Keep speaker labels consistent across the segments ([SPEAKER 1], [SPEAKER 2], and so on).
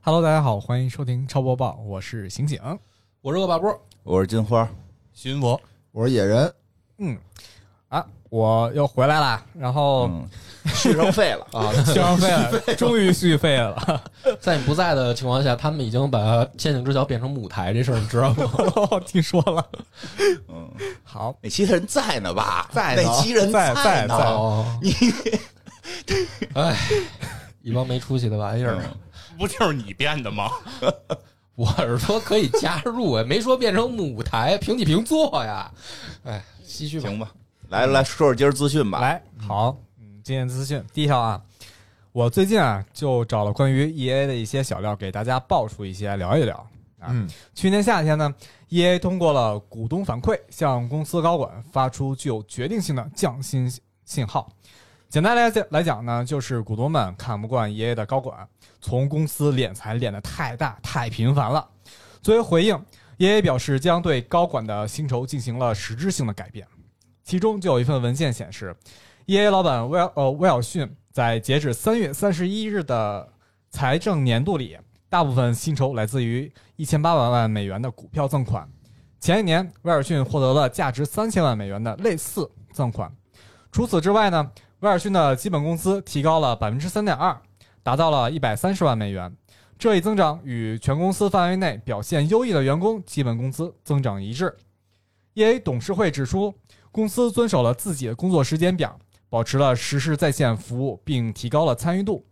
[SPEAKER 1] Hello，大家好，欢迎收听超播报，我是刑警。
[SPEAKER 2] 我是恶霸波，
[SPEAKER 3] 我是金花，
[SPEAKER 2] 巡逻。
[SPEAKER 3] 我是野 人，
[SPEAKER 1] 嗯，啊，我又回来啦，然后
[SPEAKER 3] 嗯，续上费了啊，
[SPEAKER 1] 续上费了， 终于续费了。
[SPEAKER 2] 在你不在的情况下，他们已经把《陷阱之桥》变成舞台这事儿，你知道吗？
[SPEAKER 1] 听说了，
[SPEAKER 3] 嗯，
[SPEAKER 1] 好，
[SPEAKER 3] 哪期人在呢吧？
[SPEAKER 1] 在呢
[SPEAKER 3] 哪期人
[SPEAKER 1] 在 在
[SPEAKER 3] 呢？
[SPEAKER 1] 在
[SPEAKER 2] 哦，你，哎，一帮没出息的玩意儿。
[SPEAKER 3] 嗯
[SPEAKER 4] 不就是你变的吗？
[SPEAKER 2] 我是说可以加入，哎，没说变成舞台，平起平坐呀。哎，唏嘘吧。
[SPEAKER 3] 行吧，来来说说今儿资讯吧。
[SPEAKER 1] 来，好，嗯，今天资讯第一条啊，我最近啊就找了关于 EA 的一些小料，给大家爆出一些聊一聊。啊，
[SPEAKER 5] 嗯
[SPEAKER 1] 去年夏天呢，EA 通过了股东反馈，向公司高管发出具有决定性的降薪信号。简单来讲来讲呢，就是股东们看不惯 EA 的高管，从公司敛财敛得太大、太频繁了。作为回应，EA 表示将对高管的薪酬进行了实质性的改变。其中就有一份文件显示，EA 老板威尔呃威尔逊在截止三月三十一日的财政年度里，大部分薪酬来自于一千八百万美元的股票赠款。前一年，威尔逊获得了价值三千万美元的类似赠款。除此之外呢，威尔逊的基本工资提高了百分之三点二，达到了一百三十万美元。这一增长与全公司范围内表现优异的员工基本工资增长一致。EA 董事会指出，公司遵守了自己的工作时间表，保持了实时在线服务，并提高了参与度，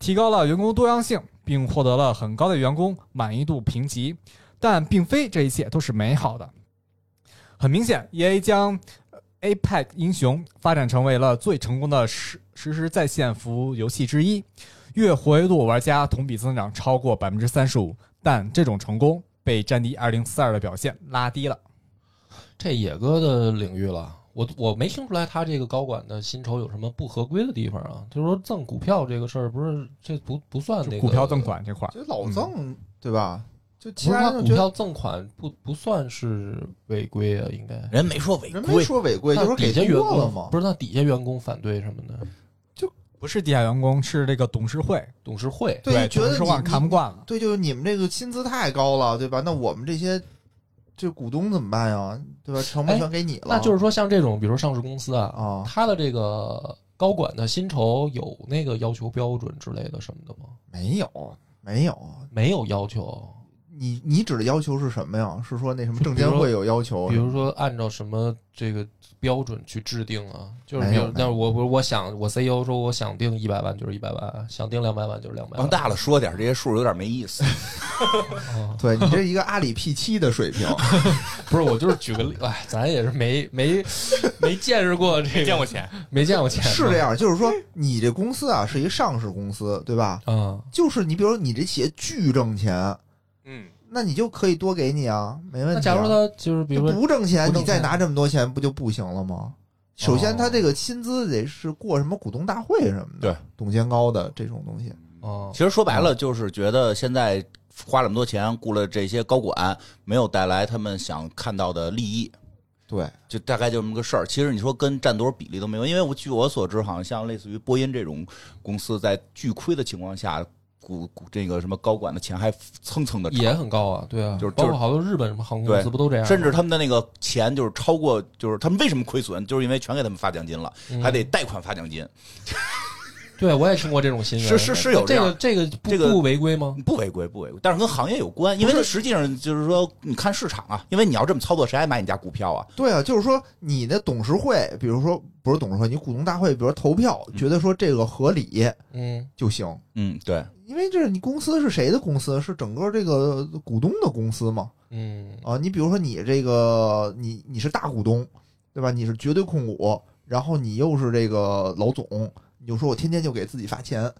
[SPEAKER 1] 提高了员工多样性，并获得了很高的员工满意度评级。但并非这一切都是美好的。很明显，EA 将呃 APEC 英雄发展成为了最成功的实实时在线服务游戏之一，月活跃度玩家同比增长超过百分之三十五，但这种成功被《战地二零四二》的表现拉低了。
[SPEAKER 2] 这野哥的领域了，我我没听出来他这个高管的薪酬有什么不合规的地方啊。就是说赠股票这个事儿，不是这不不算那个
[SPEAKER 1] 股票赠，款这块儿，
[SPEAKER 5] 这老赠对吧？
[SPEAKER 2] 啊
[SPEAKER 5] 就
[SPEAKER 2] 嗯不
[SPEAKER 5] 其
[SPEAKER 2] 是
[SPEAKER 5] 他
[SPEAKER 2] 他
[SPEAKER 5] 人
[SPEAKER 2] 股
[SPEAKER 5] 就觉得
[SPEAKER 2] 票赠款不不算是违规啊，应该。
[SPEAKER 3] 人没说违
[SPEAKER 5] 人没
[SPEAKER 3] 规，
[SPEAKER 5] 说违规，就
[SPEAKER 2] 那
[SPEAKER 5] 是
[SPEAKER 2] 底
[SPEAKER 5] 给
[SPEAKER 2] 下员
[SPEAKER 5] 过了
[SPEAKER 2] 工
[SPEAKER 5] 嘛。
[SPEAKER 2] 不是那底下员工反对什么的，
[SPEAKER 1] 不是地下员工，是这个董事会
[SPEAKER 2] 董事会
[SPEAKER 5] 对，
[SPEAKER 1] 董
[SPEAKER 5] 就觉得
[SPEAKER 1] 事会
[SPEAKER 5] 你
[SPEAKER 1] 看不惯了。
[SPEAKER 5] 对，就是你们这个薪资太高了，对吧？那我们这些这股东怎么办呀？对吧？成本全给你了，
[SPEAKER 2] 哎那就是说，像这种，比如说上市公司啊，
[SPEAKER 5] 啊，
[SPEAKER 2] 他的这个高管的薪酬有那个要求标准之类的什么的吗？
[SPEAKER 5] 没有没有。
[SPEAKER 2] 没有要求，
[SPEAKER 5] 你你指的要求是什么呀？是说那什么
[SPEAKER 2] 就
[SPEAKER 5] 证
[SPEAKER 2] 比如
[SPEAKER 5] 监
[SPEAKER 2] 说
[SPEAKER 5] 会有要求
[SPEAKER 2] 比？如说按照什么这个标准去制定啊？就是
[SPEAKER 5] 没
[SPEAKER 2] 比
[SPEAKER 5] 有
[SPEAKER 2] 如，
[SPEAKER 5] 没有
[SPEAKER 2] 那我我我想我 CEO 说我想定一百万就是一百万，想定两百万就是两百
[SPEAKER 3] 往
[SPEAKER 5] 哦
[SPEAKER 2] 万。
[SPEAKER 3] 大了说点，这些数有点没意思。
[SPEAKER 2] 啊
[SPEAKER 5] 对你这一个阿里 P 七的水 平，
[SPEAKER 2] 不是，我就是举个例，哎，咱也是没没没见识过这
[SPEAKER 4] 没见
[SPEAKER 2] 个，
[SPEAKER 4] 过钱，
[SPEAKER 2] 没见过钱，
[SPEAKER 5] 是这样，就是说你这公司啊是一上市公司，对吧？
[SPEAKER 2] 啊。
[SPEAKER 5] 就是你比如说你这企业巨挣钱，
[SPEAKER 4] 嗯，
[SPEAKER 5] 那你就可以多给你啊，没问题、啊。
[SPEAKER 2] 那假如他就是比
[SPEAKER 5] 就
[SPEAKER 2] 如说
[SPEAKER 5] 不挣钱，
[SPEAKER 2] 不挣钱哦
[SPEAKER 5] 你再拿这么多钱，不就不行了吗？首先，他这个薪资得是过什么股东大会什么的，
[SPEAKER 3] 对，
[SPEAKER 5] 董监高的这种东西，
[SPEAKER 2] 哦
[SPEAKER 3] 其，实说白了，就是觉得现在花那么多钱雇了这些高管，没有带来他们想看到的利益。
[SPEAKER 5] 对，
[SPEAKER 3] 就大概就这么个事儿。其实你说跟占多少比例都没有，因为我据我所知，好像像类似于波音这种公司，在巨亏的情况下，股股这个什么高管的钱还蹭蹭的
[SPEAKER 2] 也很高啊，对啊，
[SPEAKER 3] 就是
[SPEAKER 2] 包
[SPEAKER 3] 就
[SPEAKER 2] 括
[SPEAKER 3] 是
[SPEAKER 2] 好多日本什么航空公司
[SPEAKER 3] 对
[SPEAKER 2] 不都这样吗，
[SPEAKER 3] 甚至他们的那个钱就是超过，就是他们为什么亏损，就是因为全给他们发奖金了，
[SPEAKER 2] 嗯
[SPEAKER 3] 还得贷款发奖金，
[SPEAKER 2] 对我也听过这种新闻，
[SPEAKER 3] 是是是有
[SPEAKER 2] 这
[SPEAKER 3] 这
[SPEAKER 2] 个
[SPEAKER 3] 样
[SPEAKER 2] 这个不
[SPEAKER 3] 这个
[SPEAKER 2] 不违规吗？
[SPEAKER 3] 不违规不违规，但是跟行业有关，因为它实际上就是说，你看市场啊，因为你要这么操作，谁还买你家股票啊？
[SPEAKER 5] 对啊，就是说你的董事会，比如说不是董事会，你股东大会，比如投票，觉得说这个合理
[SPEAKER 2] 嗯，
[SPEAKER 5] 就行，
[SPEAKER 3] 嗯，对，
[SPEAKER 5] 因为这是你公司是谁的公司？是整个这个股东的公司嘛？
[SPEAKER 2] 嗯，
[SPEAKER 5] 啊，你比如说你这个你你是大股东，对吧？你是绝对控股，然后你又是这个老总，你就说我天天就给自己发钱，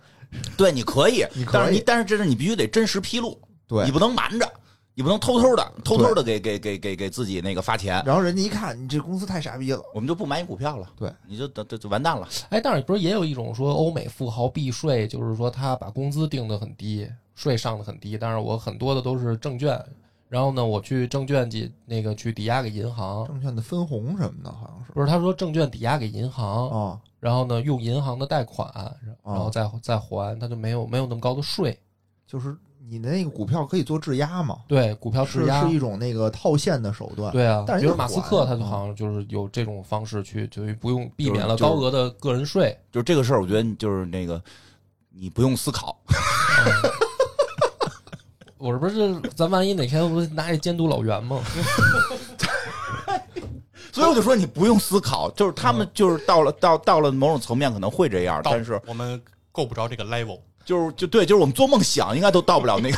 [SPEAKER 3] 对， 你可以，
[SPEAKER 5] 你可以
[SPEAKER 3] 但是你但是这是你必须得真实披露，
[SPEAKER 5] 对
[SPEAKER 3] 你，不能瞒着，你不能偷偷的偷偷的给给给给给自己那个发钱。
[SPEAKER 5] 然后人家一看你这公司太傻逼了，
[SPEAKER 3] 我们就不买你股票了，
[SPEAKER 5] 对，
[SPEAKER 3] 你就等就就完蛋了。
[SPEAKER 2] 哎，但是不是也有一种说欧美富豪避税，就是说他把工资定得很低，税上的很低，但是我很多的都是证券，然后呢，我去证券抵那个去抵押给银行，
[SPEAKER 5] 证券的分红什么的，好像是
[SPEAKER 2] 不是他说证券抵押给银行，
[SPEAKER 5] 啊，
[SPEAKER 2] 然后呢用银行的贷款，然后再再还，他就没有没有那么高的税。
[SPEAKER 5] 就是你你的那个股票可以做质押嘛，
[SPEAKER 2] 对股票质
[SPEAKER 5] 是
[SPEAKER 2] 押
[SPEAKER 5] 是，一种那个套现的手段。
[SPEAKER 2] 对啊，
[SPEAKER 5] 但是
[SPEAKER 2] 比如
[SPEAKER 5] 也
[SPEAKER 2] 马斯
[SPEAKER 5] 管
[SPEAKER 2] 克，他就
[SPEAKER 5] 嗯
[SPEAKER 2] 好像就是有这种方式去，就是不用避
[SPEAKER 3] 就是
[SPEAKER 2] 免了
[SPEAKER 3] 就是
[SPEAKER 2] 高额的个人税。
[SPEAKER 3] 就是这个事儿，我觉得你就是那个你不用思考，
[SPEAKER 2] 我这不是咱万一哪天不是拿着监督老袁吗？
[SPEAKER 3] 所以我就说你不用思考，就是他们就是到了到到了某种层面可能会这样，但是
[SPEAKER 4] 我们够不着这个 level，
[SPEAKER 3] 就是就对，就是我们做梦想应该都到不了那个，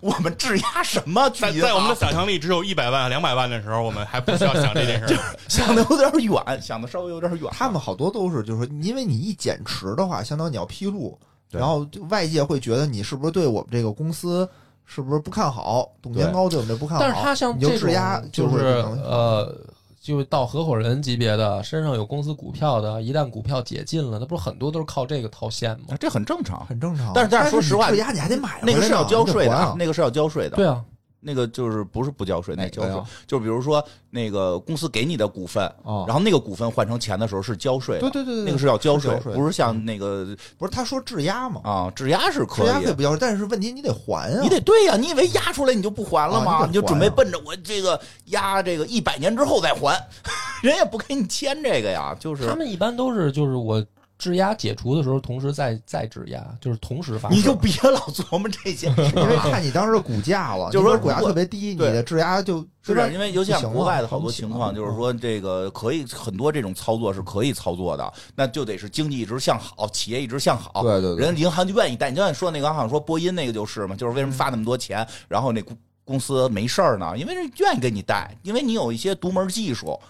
[SPEAKER 3] 我们质押什么？
[SPEAKER 4] 在在我们的想象力只有一百万、两百万的时候，我们还不需要想这件 事儿。
[SPEAKER 3] 想的有点远，想的稍微有点远。
[SPEAKER 5] 他们好多都是就是说，因为你一减持的话，相当于你要披露，
[SPEAKER 3] 对
[SPEAKER 5] 然后就外界会觉得你是不是对我们这个公司是不是不看好，董监高对我们这不看好，啊
[SPEAKER 2] 但是他像
[SPEAKER 5] 你
[SPEAKER 2] 这
[SPEAKER 5] 就质押
[SPEAKER 2] 种
[SPEAKER 5] 就
[SPEAKER 2] 就是
[SPEAKER 5] 会可能
[SPEAKER 2] 呃，就是到合伙人级别的，身上有公司股票的，一旦股票解禁了，那不是很多都是靠这个套现吗？
[SPEAKER 3] 这很正常，
[SPEAKER 5] 很正常。
[SPEAKER 3] 但是但
[SPEAKER 5] 但
[SPEAKER 3] 是说实话
[SPEAKER 5] 你质押你还得买回来
[SPEAKER 3] 啊那
[SPEAKER 5] 呢，
[SPEAKER 3] 个是要交税的
[SPEAKER 5] 你得还
[SPEAKER 3] 啊
[SPEAKER 5] 啊，
[SPEAKER 3] 那个是要交税的。
[SPEAKER 2] 对啊，
[SPEAKER 3] 那个就是不是不交税，那交
[SPEAKER 2] 哪个
[SPEAKER 3] 税
[SPEAKER 2] 呀
[SPEAKER 3] 就比如说那个公司给你的股份，
[SPEAKER 5] 哦
[SPEAKER 3] 然后那个股份换成钱的时候是交税的，
[SPEAKER 5] 对对对对，
[SPEAKER 3] 那个是要交
[SPEAKER 5] 是
[SPEAKER 3] 税
[SPEAKER 5] 交，税的
[SPEAKER 3] 不是像那个
[SPEAKER 5] 不是他说质押嘛？
[SPEAKER 3] 啊质押是
[SPEAKER 5] 质
[SPEAKER 3] 可
[SPEAKER 5] 押
[SPEAKER 3] 以
[SPEAKER 5] 可以不交税，但是问题你得还啊，
[SPEAKER 3] 你得对呀、你以为押出来你就不还了吗？
[SPEAKER 5] 啊
[SPEAKER 3] 你
[SPEAKER 5] 你得还啊
[SPEAKER 3] 就准备奔着我这个押这个一百年之后再还， 人也不给你签这个呀，就是
[SPEAKER 2] 他们一般都是就是我质押解除的时候，同时再再质押，就是同时发生。
[SPEAKER 3] 你就别老琢磨这些 事
[SPEAKER 5] 因为
[SPEAKER 3] 儿。
[SPEAKER 5] 看你当时的股价了，
[SPEAKER 3] 就是说
[SPEAKER 5] 你股价
[SPEAKER 3] 如果
[SPEAKER 5] 特别低，你
[SPEAKER 3] 对
[SPEAKER 5] 的质押就是吧
[SPEAKER 3] 的，因为尤其像国外的好多情况，
[SPEAKER 5] 不行
[SPEAKER 3] 就
[SPEAKER 5] 了嗯
[SPEAKER 3] 是说这个可以很多这种操作是可以操作的，那就得是经济一直向好，企业一直向好，
[SPEAKER 5] 啊对对对
[SPEAKER 3] 人家银行就愿意贷。你就像你说那个，好像说波音那个就是嘛，就是为什么发那么多钱，然后那公公司没事儿呢？因为人愿意给你贷，因为你有一些独门技术，
[SPEAKER 2] 嗯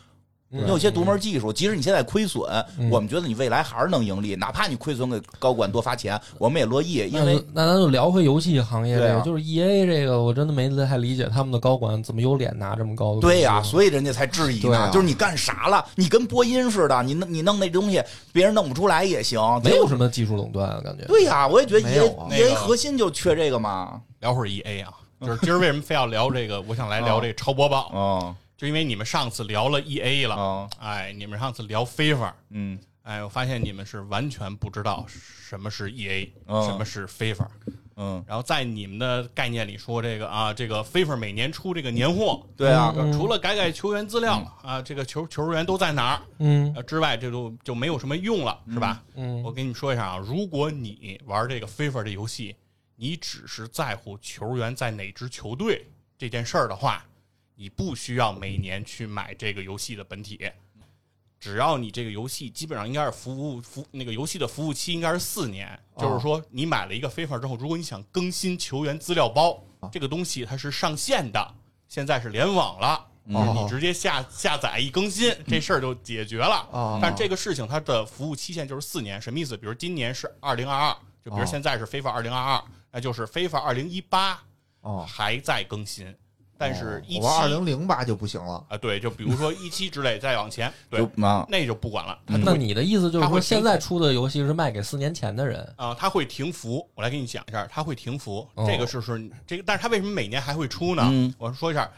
[SPEAKER 3] 你有些独门技术，即使你现在亏损，
[SPEAKER 2] 嗯
[SPEAKER 3] 我们觉得你未来还是能盈利，哪怕你亏损给高管多发钱，我们也乐意，因
[SPEAKER 2] 那
[SPEAKER 3] 为
[SPEAKER 2] 就那咱就聊回游戏行业这
[SPEAKER 3] 对
[SPEAKER 2] 个，
[SPEAKER 3] 啊
[SPEAKER 2] 就是 E A 这个，我真的没太理解他们的高管怎么有脸拿这么高的工资。啊
[SPEAKER 3] 对呀、所以人家才质疑
[SPEAKER 5] 对
[SPEAKER 3] 呢，
[SPEAKER 5] 啊
[SPEAKER 3] 就是你干啥了？你跟波音似的，你弄你弄那东西，别人弄不出来也行，
[SPEAKER 2] 没
[SPEAKER 3] 结
[SPEAKER 2] 有
[SPEAKER 3] 果。
[SPEAKER 2] 什么技术垄断啊，感觉。
[SPEAKER 3] 对呀、我也觉得
[SPEAKER 5] 没
[SPEAKER 3] E
[SPEAKER 5] 有
[SPEAKER 3] A
[SPEAKER 5] 啊
[SPEAKER 3] E
[SPEAKER 4] 那
[SPEAKER 3] A
[SPEAKER 4] 个
[SPEAKER 3] 核心就缺这个嘛。
[SPEAKER 4] 聊会儿 EA 啊，就是今儿为什么非要聊这个？我想来聊这个超播报，
[SPEAKER 3] 哦，
[SPEAKER 4] 就因为你们上次聊了 EA 了，
[SPEAKER 3] 哦，
[SPEAKER 4] 哎，你们上次聊 FIFA，
[SPEAKER 3] 嗯，
[SPEAKER 4] 哎，我发现你们是完全不知道什么是 EA，
[SPEAKER 3] 哦
[SPEAKER 4] 什么是 FIFA。
[SPEAKER 3] 嗯，
[SPEAKER 4] 然后在你们的概念里说这个啊，这个 FIFA 每年出这个年货，
[SPEAKER 3] 对啊，
[SPEAKER 2] 嗯
[SPEAKER 4] 除了改改球员资料啊，这个球球员都在哪儿
[SPEAKER 2] 嗯
[SPEAKER 4] 呃之外，这就就没有什么用了，是吧？
[SPEAKER 2] 嗯
[SPEAKER 4] 我跟你们说一下啊，如果你玩这个 FIFA 这游戏，你只是在乎球员在哪支球队这件事儿的话，你不需要每年去买这个游戏的本体。只要你这个游戏基本上应该是服务服那个游戏的服务期应该是四年，就是说你买了一个 FIFA 之后，如果你想更新球员资料包，这个东西它是上线的，现在是联网了，就是你直接下下载一更新，这事儿就解决了。
[SPEAKER 5] 哦
[SPEAKER 4] 但这个事情它的服务期限就是四年，什么意思？比如今年是二零二二，就比如
[SPEAKER 5] 哦
[SPEAKER 4] 现在是 FIFA 二零二二，那就是 FIFA 二零一八
[SPEAKER 5] 哦，
[SPEAKER 4] 还在更新，但是一七
[SPEAKER 5] 我玩二零零八就不行了，
[SPEAKER 4] 啊，对，就比如说一七之类再往前，对
[SPEAKER 3] 就，啊，
[SPEAKER 4] 那就不管了，
[SPEAKER 5] 嗯
[SPEAKER 4] 它
[SPEAKER 2] 那你的意思就是
[SPEAKER 4] 他
[SPEAKER 2] 说，
[SPEAKER 4] 会
[SPEAKER 2] 现在出的游戏是卖给四年前的人？
[SPEAKER 4] 啊，它会停服。我来给你讲一下，它会停服，
[SPEAKER 2] 哦
[SPEAKER 4] 这个是是这个，但是它为什么每年还会出呢？
[SPEAKER 3] 嗯
[SPEAKER 4] 我说一下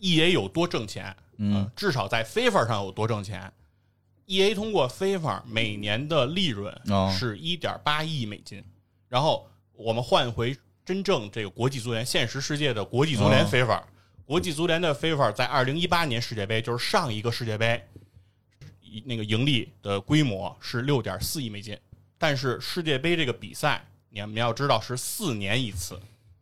[SPEAKER 4] ，E A 有多挣钱，
[SPEAKER 3] 嗯
[SPEAKER 4] 呃，至少在 FIFA 上有多挣钱。E A 通过 FIFA 每年的利润
[SPEAKER 3] 哦
[SPEAKER 4] 是一点八亿美金，然后我们换回真正这个国际足联，现实世界的国际足联
[SPEAKER 3] 哦
[SPEAKER 4] FIFA，、国际足联的 FIFA 在二零一八年世界杯，就是上一个世界杯，一那个盈利的规模是六点四亿美金，但是世界杯这个比赛，你们要知道是四年一次，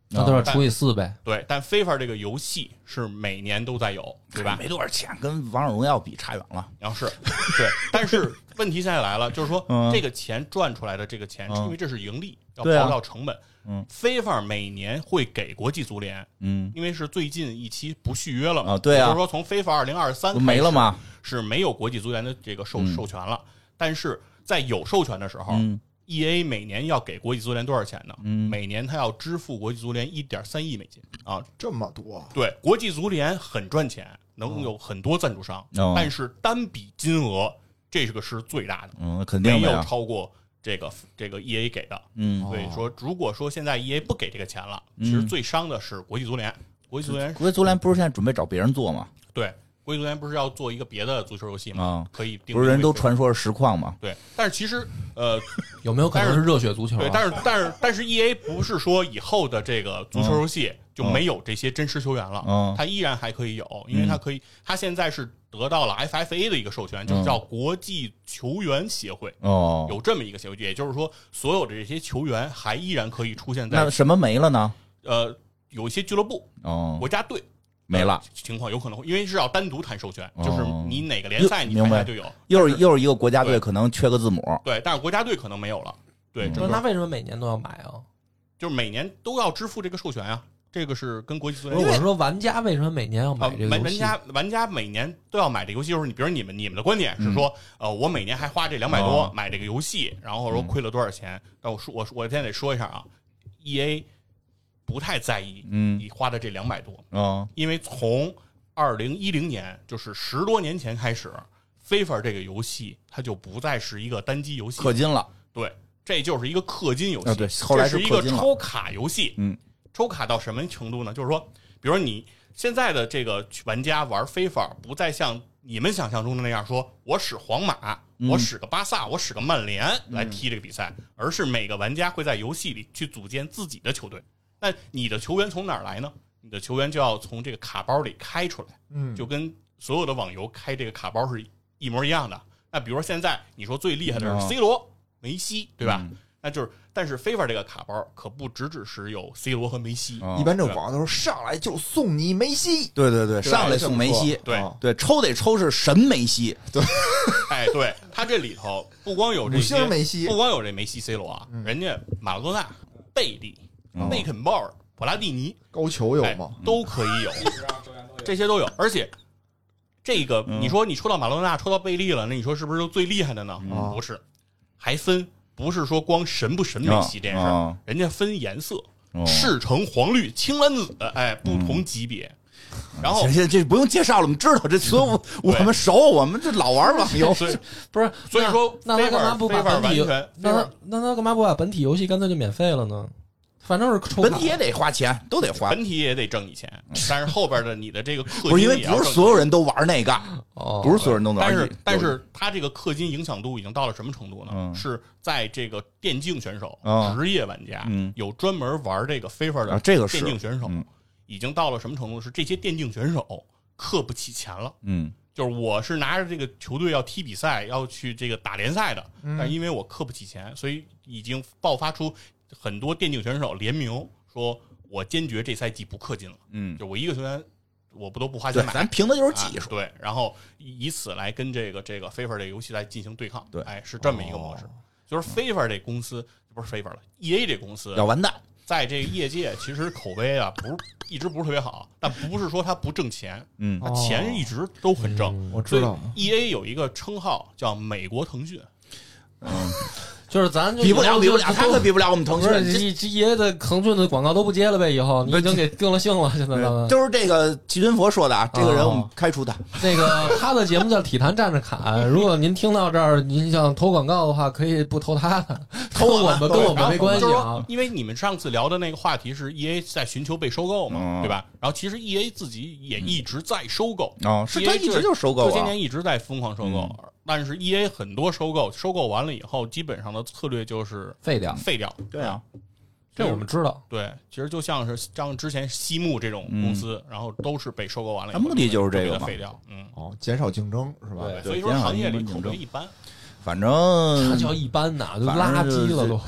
[SPEAKER 2] 那就是除以四呗。
[SPEAKER 4] 对，但 FIFA 这个游戏是每年都在有，对吧？
[SPEAKER 3] 没多少钱，跟王者荣耀比差远了。
[SPEAKER 4] 然后是对，但是问题现在来了，就是说、
[SPEAKER 3] 嗯
[SPEAKER 4] 这个钱赚出来的这个钱，
[SPEAKER 3] 嗯
[SPEAKER 4] 因为这是盈利，要
[SPEAKER 3] 对啊
[SPEAKER 4] 刨掉成本。
[SPEAKER 3] 嗯
[SPEAKER 4] ，FIFA 每年会给国际足联，
[SPEAKER 3] 嗯，
[SPEAKER 4] 因为是最近一期不续约了嘛，
[SPEAKER 3] 啊对啊
[SPEAKER 4] 就是说从 FIFA 二零二三
[SPEAKER 3] 不没了吗？
[SPEAKER 4] 是没有国际足联的这个授、
[SPEAKER 3] 嗯
[SPEAKER 4] 授权了。但是在有授权的时候、
[SPEAKER 3] 嗯
[SPEAKER 4] e a 每年要给国际足联多少钱呢？
[SPEAKER 3] 嗯
[SPEAKER 4] 每年他要支付国际足联一点三亿美金啊！
[SPEAKER 5] 这么多，
[SPEAKER 4] 对，国际足联很赚钱，能有很多赞助商，
[SPEAKER 3] 哦
[SPEAKER 4] 但是单笔金额这个是最大的，
[SPEAKER 3] 嗯，肯
[SPEAKER 4] 没
[SPEAKER 3] 定的
[SPEAKER 4] 有
[SPEAKER 3] 呀。
[SPEAKER 4] 超过这个这个 EA 给的。
[SPEAKER 3] 嗯，
[SPEAKER 4] 所以
[SPEAKER 5] 哦
[SPEAKER 4] 说，如果说现在 EA 不给这个钱了，其实最伤的是国际足联。国际足联
[SPEAKER 3] 嗯国际足联不是现在准备找别人做吗？
[SPEAKER 4] 对，国际足联不是要做一个别的足球游戏吗？
[SPEAKER 3] 啊，
[SPEAKER 4] 可以定
[SPEAKER 3] 不是人
[SPEAKER 4] 位
[SPEAKER 3] 都哦
[SPEAKER 4] 非
[SPEAKER 3] 传说是实况吗？
[SPEAKER 4] 对，但是其实呃，
[SPEAKER 2] 有没有可能是热血足球、啊？
[SPEAKER 4] 对，但是但是但是 E A 不是说以后的这个足球游戏
[SPEAKER 3] 哦
[SPEAKER 4] 就没有这些真实球员了，
[SPEAKER 3] 嗯
[SPEAKER 4] 它依然还可以有，因为它可以，它现在是得到了 F F A 的一个授权，就是叫国际球员协会。
[SPEAKER 3] 嗯哦，
[SPEAKER 4] 有这么一个协会，也就是说，所有的这些球员还依然可以出现在
[SPEAKER 3] 那什么没了呢？
[SPEAKER 4] 呃有一些俱乐部、
[SPEAKER 3] 哦，
[SPEAKER 4] 国家队
[SPEAKER 3] 没了，
[SPEAKER 4] 情况，有可能会因为是要单独谈授权，
[SPEAKER 3] 哦
[SPEAKER 4] 就是你哪个联赛
[SPEAKER 3] 哟
[SPEAKER 4] 你参
[SPEAKER 3] 明
[SPEAKER 4] 加
[SPEAKER 3] 白
[SPEAKER 4] 就有，
[SPEAKER 3] 又是又是一个国家队，
[SPEAKER 4] 对
[SPEAKER 3] 可能缺个字母。
[SPEAKER 4] 对，但是国家队可能没有了，对，
[SPEAKER 3] 嗯
[SPEAKER 4] 整
[SPEAKER 2] 那
[SPEAKER 4] 个
[SPEAKER 2] 那为什么每年都要买啊？
[SPEAKER 4] 就是每年都要支付这个授权啊，这个是跟国际足
[SPEAKER 2] 不
[SPEAKER 4] 联
[SPEAKER 2] 是我说玩家为什么每年要
[SPEAKER 4] 啊
[SPEAKER 2] 买，这个
[SPEAKER 4] 玩
[SPEAKER 2] 游
[SPEAKER 4] 玩
[SPEAKER 2] 戏？
[SPEAKER 4] 家玩家每年都要买这个游戏，就是你比如你们你们的观点是
[SPEAKER 3] 嗯
[SPEAKER 4] 说，呃，我每年还花这两百多
[SPEAKER 3] 哦
[SPEAKER 4] 买这个游戏，然后说亏了多少钱？
[SPEAKER 2] 嗯
[SPEAKER 4] 但我说我我现在得说一下啊，E A 不太在意
[SPEAKER 3] 嗯，
[SPEAKER 4] 你花的这两百多，
[SPEAKER 3] 哦，
[SPEAKER 4] 因为从二零一零年就是十多年前开始，FIFA 这个游戏它就不再是一个单机游戏，
[SPEAKER 3] 氪金了。
[SPEAKER 4] 对，这就是一个氪金游戏，
[SPEAKER 3] 啊对后来
[SPEAKER 4] 这
[SPEAKER 3] 是
[SPEAKER 4] 是一
[SPEAKER 3] 氪
[SPEAKER 4] 个
[SPEAKER 3] 金了
[SPEAKER 4] 抽卡游戏。
[SPEAKER 3] 嗯，
[SPEAKER 4] 抽卡到什么程度呢？就是说，比如你现在的这个玩家玩非法，不再像你们想象中的那样说，我使皇马，
[SPEAKER 3] 嗯
[SPEAKER 4] 我使个巴萨，我使个曼联来踢这个比赛，而是每个玩家会在游戏里去组建自己的球队。那你的球员从哪儿来呢？你的球员就要从这个卡包里开出来。
[SPEAKER 5] 嗯，
[SPEAKER 4] 就跟所有的网游开这个卡包是一模一样的。那比如说现在你说最厉害的
[SPEAKER 3] 嗯
[SPEAKER 4] 是 C 罗、梅西，对吧？
[SPEAKER 3] 嗯
[SPEAKER 4] 那就是，但是 FIFA 这个卡包可不只只是有 C 罗和梅西，
[SPEAKER 3] 哦
[SPEAKER 5] 一般这种广告都是上来就送你梅西，
[SPEAKER 3] 对对对，
[SPEAKER 5] 对
[SPEAKER 3] 上来送梅西，
[SPEAKER 4] 对
[SPEAKER 5] 啊
[SPEAKER 3] 对，抽得抽是神梅西，
[SPEAKER 4] 哎，对，它这里头不光有这
[SPEAKER 5] 五星
[SPEAKER 4] 些
[SPEAKER 5] 梅西
[SPEAKER 4] 不光有这梅西、C 罗啊，人家马拉多纳、贝利、
[SPEAKER 3] 嗯
[SPEAKER 4] 贝肯鲍尔、普拉蒂尼，
[SPEAKER 5] 高球有
[SPEAKER 4] 哎
[SPEAKER 5] 吗？，
[SPEAKER 4] 都可以有，这些都有，而且。这个，
[SPEAKER 3] 嗯
[SPEAKER 4] 你说你抽到马拉多纳，抽到贝利了，那你说是不是就最厉害的呢？
[SPEAKER 2] 啊
[SPEAKER 5] 嗯
[SPEAKER 4] 不是，还分，不是说光神不神
[SPEAKER 5] 啊
[SPEAKER 4] 梅西这件事儿，
[SPEAKER 3] 哦
[SPEAKER 4] 人家分颜色，
[SPEAKER 3] 哦
[SPEAKER 4] 赤橙黄绿青蓝紫，哎，
[SPEAKER 5] 嗯
[SPEAKER 4] 不同级别。然后
[SPEAKER 3] 行，行，这不用介绍了，我们知道这所有我
[SPEAKER 4] 对
[SPEAKER 3] 们熟，我们这老玩网游。
[SPEAKER 4] 所以
[SPEAKER 2] 不是，
[SPEAKER 4] 所以说
[SPEAKER 2] 那那他
[SPEAKER 4] Fever-
[SPEAKER 2] 干嘛不把
[SPEAKER 4] Fever
[SPEAKER 2] 本体游
[SPEAKER 4] 完全
[SPEAKER 2] 那他那他干嘛不把本体游戏干脆就免费了呢？反正是抽卡
[SPEAKER 3] 本体也得花钱，都得花，
[SPEAKER 4] 本体也得挣你钱，
[SPEAKER 5] 嗯
[SPEAKER 4] 但是后边的你的这个氪
[SPEAKER 3] 不是因
[SPEAKER 4] 金
[SPEAKER 3] 为
[SPEAKER 4] 也要
[SPEAKER 3] 不
[SPEAKER 4] 挣
[SPEAKER 3] 是
[SPEAKER 4] 你
[SPEAKER 3] 所有人都玩那个，
[SPEAKER 2] 哦，
[SPEAKER 3] 不是所有人都能玩
[SPEAKER 4] 但
[SPEAKER 3] 有。
[SPEAKER 4] 是但是他这个氪金影响度已经到了什么程度呢？
[SPEAKER 3] 嗯
[SPEAKER 4] 是在这个电竞选手、
[SPEAKER 3] 嗯
[SPEAKER 4] 职业玩家、
[SPEAKER 3] 嗯
[SPEAKER 4] 有专门玩这个 FIFA
[SPEAKER 3] 啊
[SPEAKER 4] 的
[SPEAKER 3] 这个是
[SPEAKER 4] 电竞选手，
[SPEAKER 3] 嗯
[SPEAKER 4] 已经到了什么程度？是这些电竞选手氪不起钱了。
[SPEAKER 3] 嗯，
[SPEAKER 4] 就是我是拿着这个球队要踢比赛，要去这个打联赛的，但因为我氪不起钱，所以已经爆发出很多电竞选手联名说，我坚决这赛季不氪金了，
[SPEAKER 3] 嗯，
[SPEAKER 4] 就我一个球员我不都不花
[SPEAKER 3] 对
[SPEAKER 4] 钱，买，
[SPEAKER 3] 咱凭的就是
[SPEAKER 4] 啊
[SPEAKER 3] 技术。
[SPEAKER 4] 对，然后以以此来跟这个这个 FIFA 这个游戏来进行对抗，
[SPEAKER 3] 对哦
[SPEAKER 4] 哎，是这么一个 模式。就是 FIFA 这公司不是 FIFA 了，EA 这公司
[SPEAKER 3] 要完蛋，
[SPEAKER 4] 在这个业界其实口碑啊不是一直不是特别好，但不是说它不挣钱，
[SPEAKER 3] 嗯
[SPEAKER 4] 它钱一直都很挣。
[SPEAKER 2] 嗯
[SPEAKER 5] 我
[SPEAKER 4] 所
[SPEAKER 5] 知
[SPEAKER 4] 以
[SPEAKER 5] 道，
[SPEAKER 4] E A 有一个称号叫美国腾讯，
[SPEAKER 2] 就是咱就
[SPEAKER 3] 比不了，比不了，
[SPEAKER 2] 就
[SPEAKER 3] 他可比不了我们腾
[SPEAKER 2] 不
[SPEAKER 3] 讯
[SPEAKER 2] 是
[SPEAKER 3] 这。
[SPEAKER 2] 这这爷的腾讯的广告都不接了呗？以后你已经给定了性了，现在咱们
[SPEAKER 3] 对就是这个齐云佛说的啊，这个人我们开除他。
[SPEAKER 2] 那 个他的节目叫《体坛站着侃》，如果您听到这儿，您想投广告的话，可以不投他的，投我 们跟我
[SPEAKER 4] 然
[SPEAKER 2] 们
[SPEAKER 4] 后
[SPEAKER 2] 没关系
[SPEAKER 4] 就是
[SPEAKER 2] 啊
[SPEAKER 4] 说。因为你们上次聊的那个话题是 E A 在寻求被收购嘛，
[SPEAKER 3] 嗯
[SPEAKER 4] 对吧？然后其实 E A 自己也一直在收购，
[SPEAKER 3] 哦，是
[SPEAKER 4] EA
[SPEAKER 3] 他一直就收购
[SPEAKER 4] 这些
[SPEAKER 3] 啊。嗯
[SPEAKER 4] 年一直在疯狂收购，但是 E A 很多收购，收购完了以后，基本上的策略就是
[SPEAKER 2] 废掉，
[SPEAKER 4] 废掉。
[SPEAKER 3] 对啊，
[SPEAKER 2] 这我们知道。
[SPEAKER 4] 对，其实就像是像之前西木这种公司，然后都是被收购完了以后，
[SPEAKER 3] 它嗯目的就是这个
[SPEAKER 4] 就给它
[SPEAKER 3] 嘛
[SPEAKER 4] 废掉。嗯，
[SPEAKER 5] 哦，减少竞争是吧？
[SPEAKER 2] 对
[SPEAKER 4] 所以说
[SPEAKER 3] 这样
[SPEAKER 4] 行
[SPEAKER 3] 一
[SPEAKER 4] 业里
[SPEAKER 3] 般
[SPEAKER 4] 口
[SPEAKER 3] 竞
[SPEAKER 4] 碑
[SPEAKER 3] 争
[SPEAKER 4] 一般。
[SPEAKER 3] 反
[SPEAKER 2] 他
[SPEAKER 3] 正
[SPEAKER 2] 叫一般呐，就
[SPEAKER 3] 嗯反
[SPEAKER 2] 垃
[SPEAKER 3] 正就是
[SPEAKER 2] 圾了都。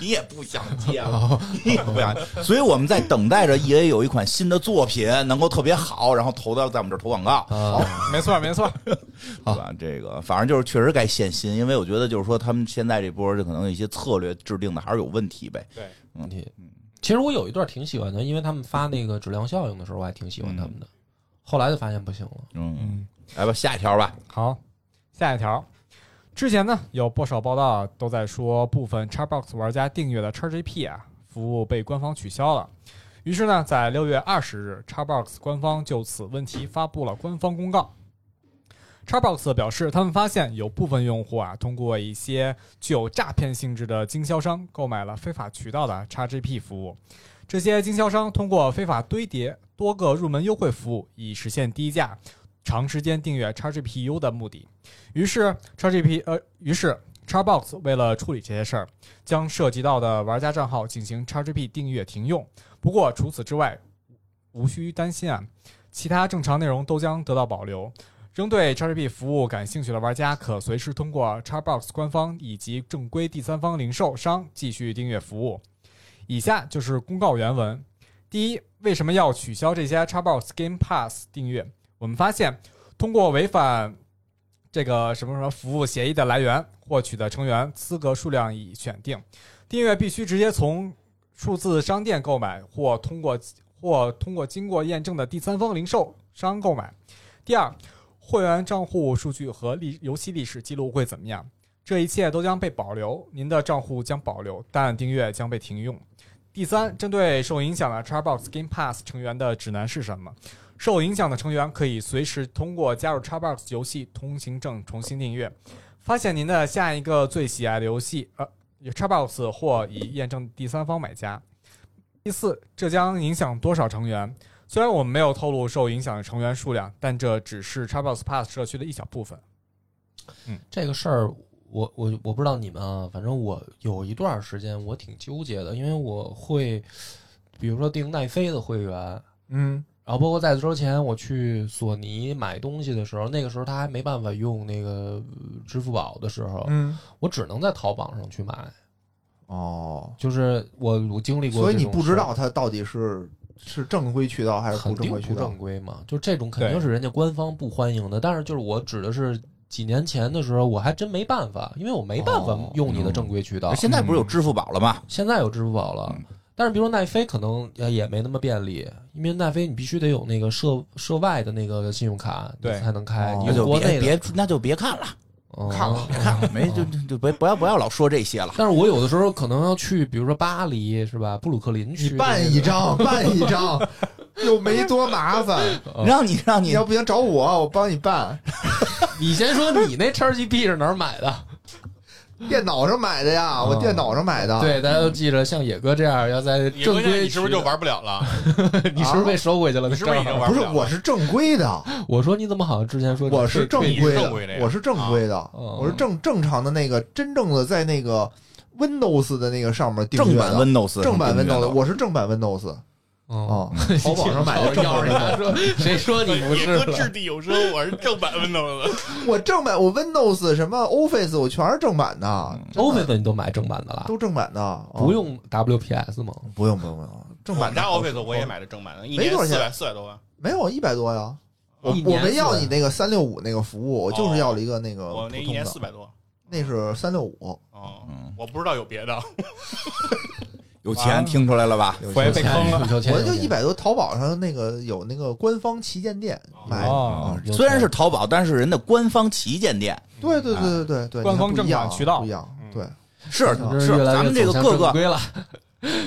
[SPEAKER 3] 你也不想接
[SPEAKER 2] 哦
[SPEAKER 3] 了， 你也不想，所以我们在等待着 E A 有一款新的作品能够特别好，然后投到在我们这儿投广告，
[SPEAKER 2] 啊，
[SPEAKER 1] 没错没错，
[SPEAKER 2] 好
[SPEAKER 3] 对吧？这个反正就是确实该限薪，因为我觉得就是说他们现在这波就可能有一些策略制定的还是有问题呗。
[SPEAKER 4] 对，
[SPEAKER 3] 嗯
[SPEAKER 2] 其实我有一段挺喜欢的，因为他们发那个质量效应的时候，我还挺喜欢他们的。后来就发现不行了。
[SPEAKER 3] 嗯，
[SPEAKER 1] 嗯，
[SPEAKER 3] 来吧，下一条吧。
[SPEAKER 1] 好，下一条。之前呢，有不少报道都在说，部分 Xbox 玩家订阅的 XGP 啊服务被官方取消了。于是呢，在六月二十日，Xbox 官方就此问题发布了官方公告。Xbox 表示，他们发现有部分用户啊，通过一些具有诈骗性质的经销商购买了非法渠道的 XGP 服务。这些经销商通过非法堆叠多个入门优惠服务，以实现低价，长时间订阅 XGPU 的目的。于是 XGP 呃，于是 Xbox 为了处理这些事儿，将涉及到的玩家账号进行 XGP 订阅停用。不过除此之外，无需担心啊，其他正常内容都将得到保留。仍对 XGP 服务感兴趣的玩家，可随时通过 Xbox 官方以及正规第三方零售商继续订阅服务。以下就是公告原文：第一，为什么要取消这些 Xbox Game Pass 订阅？我们发现，通过违反这个什么什么服务协议的来源获取的成员资格数量已选定，订阅必须直接从数字商店购买，或通过或通过经过验证的第三方零售商购买。第二，会员账户数据和历游戏历史记录会怎么样？这一切都将被保留，您的账户将保留，但订阅将被停用。第三，针对受影响的 Xbox Game Pass 成员的指南是什么？受影响的成员可以随时通过加入 Xbox 游戏通行证重新订阅。发现您的下一个最喜爱的游戏，呃，Xbox 或已验证第三方买家。第四，这将影响多少成员？虽然我们没有透露受影响的成员数量，但这只是 Xbox Pass 社区的一小部分。
[SPEAKER 2] 这个事儿，我我我不知道你们啊，反正我有一段时间我挺纠结的，因为我会，比如说订奈飞的会员，
[SPEAKER 5] 嗯，
[SPEAKER 2] 然后包括在此之前我去索尼买东西的时候，那个时候他还没办法用那个呃支付宝的时候，
[SPEAKER 5] 嗯，
[SPEAKER 2] 我只能在淘宝上去买。
[SPEAKER 5] 哦，
[SPEAKER 2] 就是我我经历过，
[SPEAKER 5] 所以你不知道它到底是是正规渠道还是
[SPEAKER 2] 肯
[SPEAKER 5] 不正
[SPEAKER 2] 定
[SPEAKER 5] 规渠
[SPEAKER 2] 不
[SPEAKER 5] 道
[SPEAKER 2] 正？规嘛，就这种肯定
[SPEAKER 1] 对
[SPEAKER 2] 是人家官方不欢迎的。但是就是我指的是几年前的时候，我还真没办法，因为我没办法
[SPEAKER 5] 哦
[SPEAKER 2] 用你的
[SPEAKER 3] 嗯
[SPEAKER 2] 正规渠道。
[SPEAKER 3] 现在不是有支付宝了吗？
[SPEAKER 2] 现在有支付宝了
[SPEAKER 3] 嗯，
[SPEAKER 2] 但是比如说奈飞可能呃也没那么便利，因为奈飞你必须得有那个涉涉外的那个信用卡，你
[SPEAKER 1] 对
[SPEAKER 2] 才能开。
[SPEAKER 5] 哦
[SPEAKER 2] 你
[SPEAKER 3] 那就
[SPEAKER 2] 嗯国
[SPEAKER 3] 别
[SPEAKER 2] 内的
[SPEAKER 3] 别，那就别看了，
[SPEAKER 2] 嗯
[SPEAKER 5] 看了
[SPEAKER 3] 别看了，没就就就别不要不要老说这些了。
[SPEAKER 2] 但是我有的时候可能要去，比如说巴黎是吧？布鲁克林
[SPEAKER 5] 你
[SPEAKER 2] 区，
[SPEAKER 5] 办一，张，办一张， 又没多麻烦。
[SPEAKER 2] 嗯
[SPEAKER 3] 让你让
[SPEAKER 5] 你
[SPEAKER 3] 你
[SPEAKER 5] 要不行找我，我帮你办。
[SPEAKER 2] 你先说你那 XGP 是哪儿买的？
[SPEAKER 5] 电脑上买的呀，我
[SPEAKER 2] 嗯
[SPEAKER 5] 电脑上买的。，
[SPEAKER 2] 对，大家都记着，像野哥这样要在
[SPEAKER 4] 你回
[SPEAKER 2] 正
[SPEAKER 4] 家
[SPEAKER 2] 规，
[SPEAKER 4] 你是不是就？玩不了了？
[SPEAKER 2] 你是不是被收回去了？
[SPEAKER 4] 你是不是已经玩
[SPEAKER 5] 不
[SPEAKER 4] 不
[SPEAKER 5] 是
[SPEAKER 4] 了了？，
[SPEAKER 5] 啊我是正规的，
[SPEAKER 2] 我说你怎么好像之前说
[SPEAKER 5] 我是正
[SPEAKER 2] 规？
[SPEAKER 5] 规
[SPEAKER 4] 你是正规啊的呀
[SPEAKER 5] 我是正规的，
[SPEAKER 2] 哦
[SPEAKER 5] 我是正正常的那个真正的在那个 Windows 的那个上面订
[SPEAKER 3] 正
[SPEAKER 5] 阅
[SPEAKER 3] 版
[SPEAKER 5] 的。
[SPEAKER 3] Windows，
[SPEAKER 5] 正版
[SPEAKER 3] 订阅
[SPEAKER 5] Windows，
[SPEAKER 3] 的
[SPEAKER 5] 我是正版 Windows 啊、
[SPEAKER 2] 哦，
[SPEAKER 5] 淘宝上买的正
[SPEAKER 2] 要
[SPEAKER 5] 版
[SPEAKER 2] 是他
[SPEAKER 5] Windows，
[SPEAKER 2] 说谁说你不是
[SPEAKER 4] 野哥
[SPEAKER 2] 了
[SPEAKER 4] 掷？地有声，我是正版 Windows 的。
[SPEAKER 5] 我正版，我 Windows 什么 Office 我全是正版的
[SPEAKER 3] 嗯
[SPEAKER 2] 欧美的你都买正版的啦，
[SPEAKER 5] 都正版的，啊
[SPEAKER 2] 不用 WPS 吗？
[SPEAKER 5] 不用不用不用，正
[SPEAKER 4] 我
[SPEAKER 5] 版
[SPEAKER 4] 们
[SPEAKER 5] 的
[SPEAKER 4] 家 Office
[SPEAKER 3] 哦
[SPEAKER 4] 我也买的正版的，一年
[SPEAKER 5] 没多少
[SPEAKER 4] 四
[SPEAKER 5] 钱
[SPEAKER 4] 百四百多万。
[SPEAKER 5] 没有一百多呀。我
[SPEAKER 2] 一年
[SPEAKER 5] 我没要
[SPEAKER 2] 四百
[SPEAKER 5] 你那个三六五那个服务，我就是要了一个那
[SPEAKER 3] 哦
[SPEAKER 5] 个
[SPEAKER 4] 哦我
[SPEAKER 5] 普
[SPEAKER 4] 那一
[SPEAKER 5] 通
[SPEAKER 4] 年四
[SPEAKER 5] 的，
[SPEAKER 4] 百多。
[SPEAKER 5] 那是三六五。
[SPEAKER 4] 哦
[SPEAKER 3] 嗯，
[SPEAKER 4] 我不知道有别的。
[SPEAKER 3] 有
[SPEAKER 2] 啊
[SPEAKER 3] 钱听出来了吧？
[SPEAKER 5] 有
[SPEAKER 1] 我也被
[SPEAKER 5] 钱
[SPEAKER 1] 坑了，
[SPEAKER 2] 有钱
[SPEAKER 5] 我就一。百多，淘宝上那个有那个官方旗舰店买的，啊
[SPEAKER 1] 哦，
[SPEAKER 2] 有钱
[SPEAKER 3] 虽然是淘宝，但是人的官方旗舰店
[SPEAKER 5] 对对对对对对，
[SPEAKER 1] 嗯哎官方
[SPEAKER 5] 你看不一样啊
[SPEAKER 1] 正版渠道
[SPEAKER 5] 不一样
[SPEAKER 1] 嗯，
[SPEAKER 5] 对，
[SPEAKER 3] 是
[SPEAKER 2] 有钱
[SPEAKER 3] 是，
[SPEAKER 2] 越来越
[SPEAKER 3] 咱们这个
[SPEAKER 2] 走向
[SPEAKER 3] 各
[SPEAKER 2] 正
[SPEAKER 3] 个
[SPEAKER 2] 规了，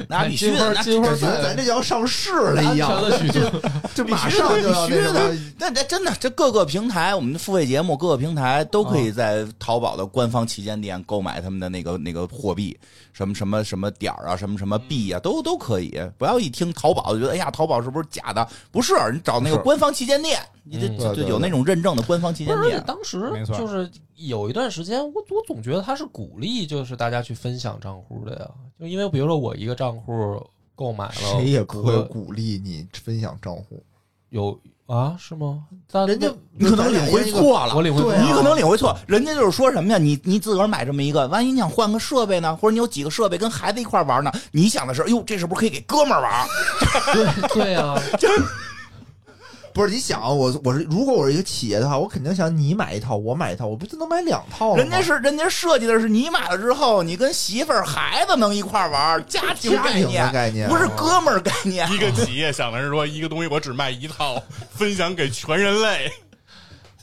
[SPEAKER 3] 那必须
[SPEAKER 2] 金花
[SPEAKER 3] 的，那
[SPEAKER 2] 金花
[SPEAKER 5] 感觉咱这就要上市
[SPEAKER 2] 哎
[SPEAKER 5] 了一样，
[SPEAKER 2] 安 全的需求
[SPEAKER 5] 就马上就要那什
[SPEAKER 3] 必
[SPEAKER 5] 么，
[SPEAKER 3] 那那真的，这各个平台，我们的付费节目各个平台都可以在淘宝的官方旗舰店购买他们的那个那个货币，什么什么什么点儿啊，什么什么币啊，都都可以。不要一听淘宝就觉得，哎呀，淘宝是不是假的？不是，你找那个
[SPEAKER 5] 不是
[SPEAKER 3] 官方旗舰店，你这
[SPEAKER 2] 嗯
[SPEAKER 3] 这
[SPEAKER 5] 对
[SPEAKER 3] 这
[SPEAKER 5] 对
[SPEAKER 3] 有那种认证的官方旗
[SPEAKER 2] 不
[SPEAKER 3] 舰
[SPEAKER 2] 是，而且
[SPEAKER 3] 店。
[SPEAKER 2] 当时
[SPEAKER 1] 没错
[SPEAKER 2] 就是有一段时间，我我总觉得他是鼓励，就是大家去分享账户的呀。就因为比如说我一个账户购买了，
[SPEAKER 5] 谁也不会
[SPEAKER 2] 我
[SPEAKER 5] 鼓励你分享账户，
[SPEAKER 2] 有啊？是吗？但
[SPEAKER 5] 人家
[SPEAKER 3] 你可能领会错了
[SPEAKER 2] 我，领会
[SPEAKER 5] 对
[SPEAKER 2] 不
[SPEAKER 5] 啊
[SPEAKER 2] 到
[SPEAKER 3] 你可能领会错，人家就是说什么呀？你你自个儿买这么一个，万一你想换个设备呢，或者你有几个设备跟孩子一块儿玩呢？你想的是，哎呦，这是不是可以给哥们儿玩？
[SPEAKER 2] 对对啊，
[SPEAKER 5] 不是你想啊我我是如果我是一个企业的话，我肯定想你买一套，我买一套，我不就能买两套了吗？
[SPEAKER 3] 人家是人家设计的是你买了之后，你跟媳妇儿、孩子能一块儿玩儿，家庭
[SPEAKER 5] 家
[SPEAKER 3] 概
[SPEAKER 5] 庭的
[SPEAKER 3] 念，哦
[SPEAKER 5] 概念，
[SPEAKER 3] 不是哥们儿概念。
[SPEAKER 4] 一个企业想的是说，一个东西我只卖一套，分享给全人类，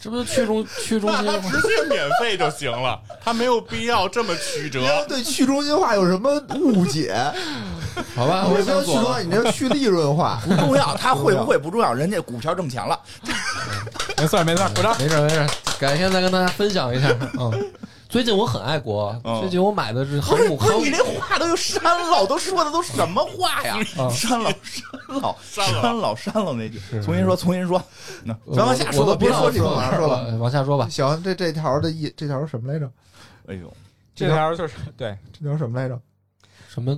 [SPEAKER 2] 这不就去中去中
[SPEAKER 4] 那
[SPEAKER 2] 心
[SPEAKER 4] 他
[SPEAKER 2] 化
[SPEAKER 4] 直接免费就行了，他没有必要这么曲 折。
[SPEAKER 5] 对去中心化有什么误解？
[SPEAKER 2] 好吧，我
[SPEAKER 5] 为什么要
[SPEAKER 2] 先
[SPEAKER 5] 去
[SPEAKER 2] 做
[SPEAKER 5] 中
[SPEAKER 2] 了
[SPEAKER 5] 心？你这去利 润化？
[SPEAKER 3] 不重要，他会不会不重要，人家股票挣钱了。
[SPEAKER 1] 没错没错，鼓掌。
[SPEAKER 2] 没事没事，改天再跟大家分享一下。嗯，最近我很爱国，
[SPEAKER 3] 嗯
[SPEAKER 2] 最近我买的是
[SPEAKER 3] 不
[SPEAKER 2] 航
[SPEAKER 3] 是
[SPEAKER 2] 母
[SPEAKER 3] 不是
[SPEAKER 2] 航母
[SPEAKER 3] 你这话都有删了，我都说的都什么话呀？
[SPEAKER 2] 啊
[SPEAKER 3] 删了删了
[SPEAKER 4] 删了
[SPEAKER 3] 嗯哦 删了删了那句，重新说重新说，那
[SPEAKER 2] 我
[SPEAKER 3] 咱往下说
[SPEAKER 2] 我
[SPEAKER 3] 吧，
[SPEAKER 2] 都不
[SPEAKER 3] 别
[SPEAKER 2] 知道
[SPEAKER 3] 说
[SPEAKER 5] 我
[SPEAKER 3] 这个
[SPEAKER 5] 说
[SPEAKER 3] 了。
[SPEAKER 5] 了吧
[SPEAKER 2] 呃往下说吧。
[SPEAKER 5] 行，这这条的意，这条是什么来着？
[SPEAKER 3] 哎呦，
[SPEAKER 1] 这条就是对，
[SPEAKER 5] 这条什么来着？
[SPEAKER 2] 什么？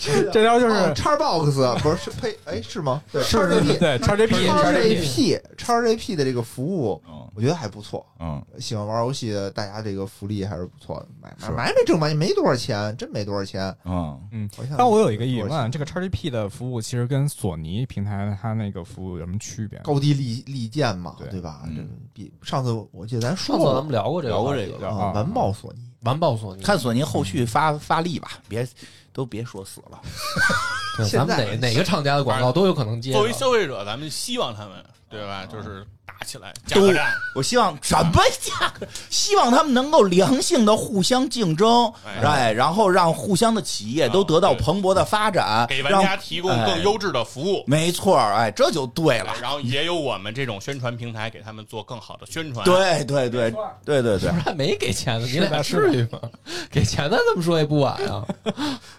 [SPEAKER 5] 这
[SPEAKER 1] 这条就
[SPEAKER 5] 哦
[SPEAKER 1] 是
[SPEAKER 5] 叉 box 不是是配哎是吗？对，
[SPEAKER 1] 是
[SPEAKER 5] 叉 GP
[SPEAKER 1] 对叉 GP
[SPEAKER 5] 叉
[SPEAKER 1] GP
[SPEAKER 5] GP 叉 GP 的这个服务，
[SPEAKER 3] 嗯
[SPEAKER 5] 我觉得还不错。
[SPEAKER 3] 嗯，
[SPEAKER 5] 喜欢玩游戏的大家这个福利还是不错的，买买
[SPEAKER 3] 是
[SPEAKER 5] 买没正版也没多少钱，真没多少钱。
[SPEAKER 3] 嗯，
[SPEAKER 5] 好像
[SPEAKER 1] 但我有一个疑
[SPEAKER 5] 没多少
[SPEAKER 1] 问，啊
[SPEAKER 5] 钱
[SPEAKER 1] 这个 XGP 的服务其实跟索尼平台它那个服务有什么区别？
[SPEAKER 5] 高低利利剑嘛，
[SPEAKER 1] 对
[SPEAKER 5] 对吧？
[SPEAKER 3] 嗯
[SPEAKER 5] 这个比上次我记得咱说
[SPEAKER 2] 上次咱
[SPEAKER 5] 过
[SPEAKER 2] 们聊过这个
[SPEAKER 3] 聊
[SPEAKER 2] 话
[SPEAKER 3] 过
[SPEAKER 2] 题了，
[SPEAKER 3] 这个
[SPEAKER 1] 啊
[SPEAKER 5] 啊，完爆索尼。
[SPEAKER 2] 完爆索尼。
[SPEAKER 3] 看索尼后续发发力吧，别都别说死了。
[SPEAKER 2] 对咱们
[SPEAKER 5] 现
[SPEAKER 2] 哪
[SPEAKER 5] 在
[SPEAKER 2] 哪个厂家的广告都有可能接到。
[SPEAKER 4] 作为消费者，咱们希望他们对吧，就是打起来，价格战，
[SPEAKER 3] 我希望什么价格？希望他们能够良性的互相竞争，
[SPEAKER 4] 哎
[SPEAKER 3] 哎，然后让互相的企业都得到蓬勃的发展，
[SPEAKER 4] 给玩
[SPEAKER 3] 让
[SPEAKER 4] 家提供更优质的服务。
[SPEAKER 3] 没错儿，哎，这就对了
[SPEAKER 4] 对。然后也有我们这种宣传平台给他们做更好的宣传。，
[SPEAKER 3] 对对对
[SPEAKER 1] 没错儿
[SPEAKER 3] 对对对
[SPEAKER 2] 不，是还没给钱呢，你
[SPEAKER 1] 是
[SPEAKER 2] 俩
[SPEAKER 1] 的
[SPEAKER 2] 至于吗？ 给钱的这么说也不晚啊。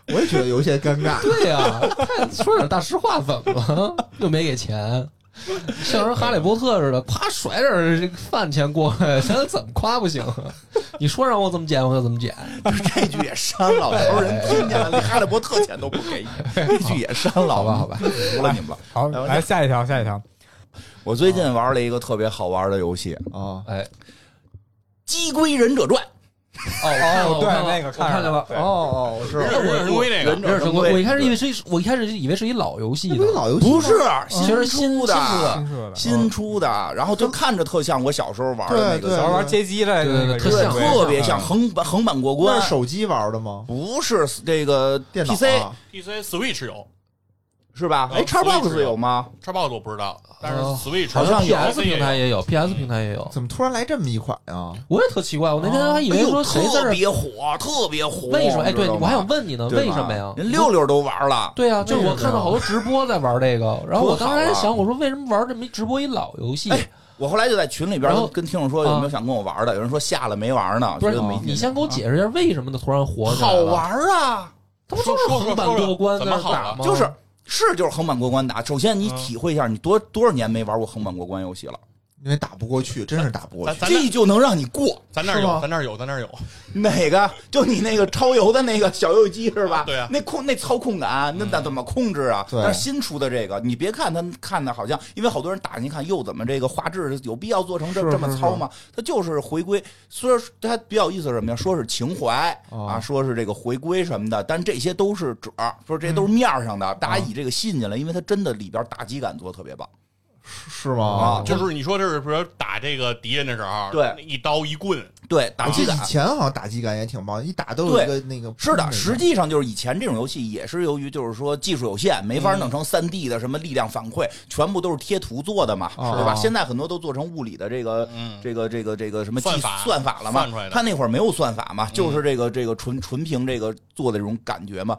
[SPEAKER 5] 我也觉得有些尴尬。
[SPEAKER 2] 对呀、太说点大实话怎么了？又没给钱，像人哈利波特似的，啪甩点儿这个饭钱过来，咱怎么夸不行啊？你说让我怎么剪，我就怎么剪。
[SPEAKER 3] 这句也删了，到时候人听见了，连哈利波特钱都不给你，这句也删了，
[SPEAKER 2] 好吧好吧
[SPEAKER 3] 服了你们了。
[SPEAKER 1] 好，
[SPEAKER 3] 来
[SPEAKER 1] 来下一条，下一条，
[SPEAKER 3] 我最近玩了一个特别好玩的游戏，《
[SPEAKER 5] 啊，
[SPEAKER 2] 哎，
[SPEAKER 3] 鸡龟忍者传》。
[SPEAKER 2] 哦哦
[SPEAKER 1] 哦对那个看着
[SPEAKER 2] 我看见了
[SPEAKER 1] 了。对
[SPEAKER 5] 哦哦，我知道
[SPEAKER 4] 忍
[SPEAKER 5] 了，
[SPEAKER 4] 者神龟那个
[SPEAKER 2] 忍
[SPEAKER 3] 忍，
[SPEAKER 2] 者神龟，我一开始以为是一，我一开始以为是一老游戏
[SPEAKER 5] 这
[SPEAKER 2] 呢
[SPEAKER 5] 不是。老游戏吗
[SPEAKER 3] 不是，
[SPEAKER 2] 其实新新
[SPEAKER 3] 出
[SPEAKER 2] 出
[SPEAKER 3] 的
[SPEAKER 2] 的，
[SPEAKER 1] 新出的，
[SPEAKER 3] 新出的，然后就看着特像我小时候玩的那
[SPEAKER 5] 对
[SPEAKER 1] 小时
[SPEAKER 5] 对
[SPEAKER 3] 个，
[SPEAKER 1] 候玩街机的
[SPEAKER 2] 对对
[SPEAKER 1] 那
[SPEAKER 2] 对嗯
[SPEAKER 1] 个
[SPEAKER 2] 特像
[SPEAKER 1] 游戏嗯
[SPEAKER 3] 特别像横版横版过
[SPEAKER 5] 那
[SPEAKER 3] 关
[SPEAKER 5] 是。手机玩的吗？
[SPEAKER 3] 不是这个
[SPEAKER 5] 电脑
[SPEAKER 3] PC
[SPEAKER 5] 啊
[SPEAKER 4] PC Switch 有
[SPEAKER 3] 是吧？哎
[SPEAKER 4] 嗯
[SPEAKER 3] ，Xbox
[SPEAKER 4] Switch
[SPEAKER 3] 有吗？
[SPEAKER 4] ，Xbox 我不知道，但是
[SPEAKER 2] 哦
[SPEAKER 4] Switch
[SPEAKER 3] 好像有
[SPEAKER 2] PS 平台
[SPEAKER 4] 也
[SPEAKER 2] 也有，PS
[SPEAKER 3] 嗯
[SPEAKER 2] 平台也有。
[SPEAKER 5] 怎么突然来这么一款啊？
[SPEAKER 2] 我也特奇怪，我那天还以为
[SPEAKER 3] 哎
[SPEAKER 2] 说
[SPEAKER 3] 呦，
[SPEAKER 2] 谁在这
[SPEAKER 3] 特
[SPEAKER 2] 儿
[SPEAKER 3] 别火，特别火。
[SPEAKER 2] 为什么？哎，
[SPEAKER 3] 你知
[SPEAKER 2] 对
[SPEAKER 3] 道吗
[SPEAKER 2] 我还想问你呢，
[SPEAKER 3] 对吧
[SPEAKER 2] 为什么呀？
[SPEAKER 3] 人六六都玩了，
[SPEAKER 2] 对啊，就是
[SPEAKER 5] 为什
[SPEAKER 2] 我
[SPEAKER 5] 么呀
[SPEAKER 2] 看到好多直播在玩这个，然后我当时还
[SPEAKER 3] 多好啊
[SPEAKER 2] 想，我说为什么玩这么一直播一老游戏？
[SPEAKER 3] 哎我后来就在群里边
[SPEAKER 2] 然后啊
[SPEAKER 3] 跟听众说有没有想跟我玩的，有人说下了没玩呢，
[SPEAKER 2] 不
[SPEAKER 3] 觉
[SPEAKER 2] 是
[SPEAKER 3] 得没
[SPEAKER 2] 你
[SPEAKER 3] 劲。
[SPEAKER 2] 先给我解释一下为什么它突然火起来
[SPEAKER 3] 好
[SPEAKER 2] 了？
[SPEAKER 3] 玩啊，
[SPEAKER 2] 它不就是
[SPEAKER 4] 说说
[SPEAKER 2] 横版
[SPEAKER 4] 说说
[SPEAKER 2] 过关在
[SPEAKER 4] 怎
[SPEAKER 2] 那
[SPEAKER 4] 么
[SPEAKER 2] 儿
[SPEAKER 4] 好啊
[SPEAKER 2] 打
[SPEAKER 4] 了
[SPEAKER 2] 吗？
[SPEAKER 3] 就是是就是横版过关打。首先你
[SPEAKER 2] 啊
[SPEAKER 3] 体会一下，你多多少年没玩过横版过关游戏了，
[SPEAKER 5] 因为打不过去，真是打不过
[SPEAKER 4] 咱
[SPEAKER 5] 去。
[SPEAKER 4] 咱那
[SPEAKER 3] 这就能让你过
[SPEAKER 4] 咱那儿
[SPEAKER 5] 是吗
[SPEAKER 4] 有，咱那儿有，咱那儿有。
[SPEAKER 3] 哪个？就你那个超游的那个小游戏机是吧？
[SPEAKER 4] 啊对啊
[SPEAKER 3] 那控那操控感，那那怎么控制啊？
[SPEAKER 5] 对
[SPEAKER 3] 但是新出的这个，你别看它看的好像，因为好多人打你看又怎么这个画质有必要做成这
[SPEAKER 5] 是
[SPEAKER 3] 这么
[SPEAKER 5] 是
[SPEAKER 3] 糙吗？它就是回归，虽然它比较意思是什么呀？说是情怀
[SPEAKER 5] 哦
[SPEAKER 3] 啊，说是这个回归什么的，但这些都是褶儿，说这些都是面儿上的，大家
[SPEAKER 5] 啊
[SPEAKER 3] 以这个吸引进来，因为它真的里边打击感做的特别棒。
[SPEAKER 5] 是是吗？
[SPEAKER 3] 啊
[SPEAKER 4] 就是你说这是，比如打这个敌人的时候，
[SPEAKER 3] 对
[SPEAKER 4] 那一刀一棍，
[SPEAKER 3] 对，打
[SPEAKER 5] 我记
[SPEAKER 3] 击
[SPEAKER 5] 得
[SPEAKER 3] 感
[SPEAKER 5] 以。前好像打击感也挺棒，一打都有一个那个
[SPEAKER 3] 是
[SPEAKER 5] 那
[SPEAKER 3] 的，
[SPEAKER 5] 个
[SPEAKER 3] 实际上就是以前这种游戏也是由于就是说技术有限，没法弄成
[SPEAKER 4] 嗯
[SPEAKER 3] 三 D 的什么力量反馈，全部都是贴图做的嘛，
[SPEAKER 5] 哦
[SPEAKER 4] 啊
[SPEAKER 3] 对吧？现在很多都做成物理的这个
[SPEAKER 4] 嗯，
[SPEAKER 3] 呃这个这个这个什么计
[SPEAKER 4] 算法
[SPEAKER 3] 算法了嘛
[SPEAKER 4] 算出来？的嗯
[SPEAKER 3] 他那会儿没有算法嘛，就是这个这个纯纯凭这个做的这种感觉嘛。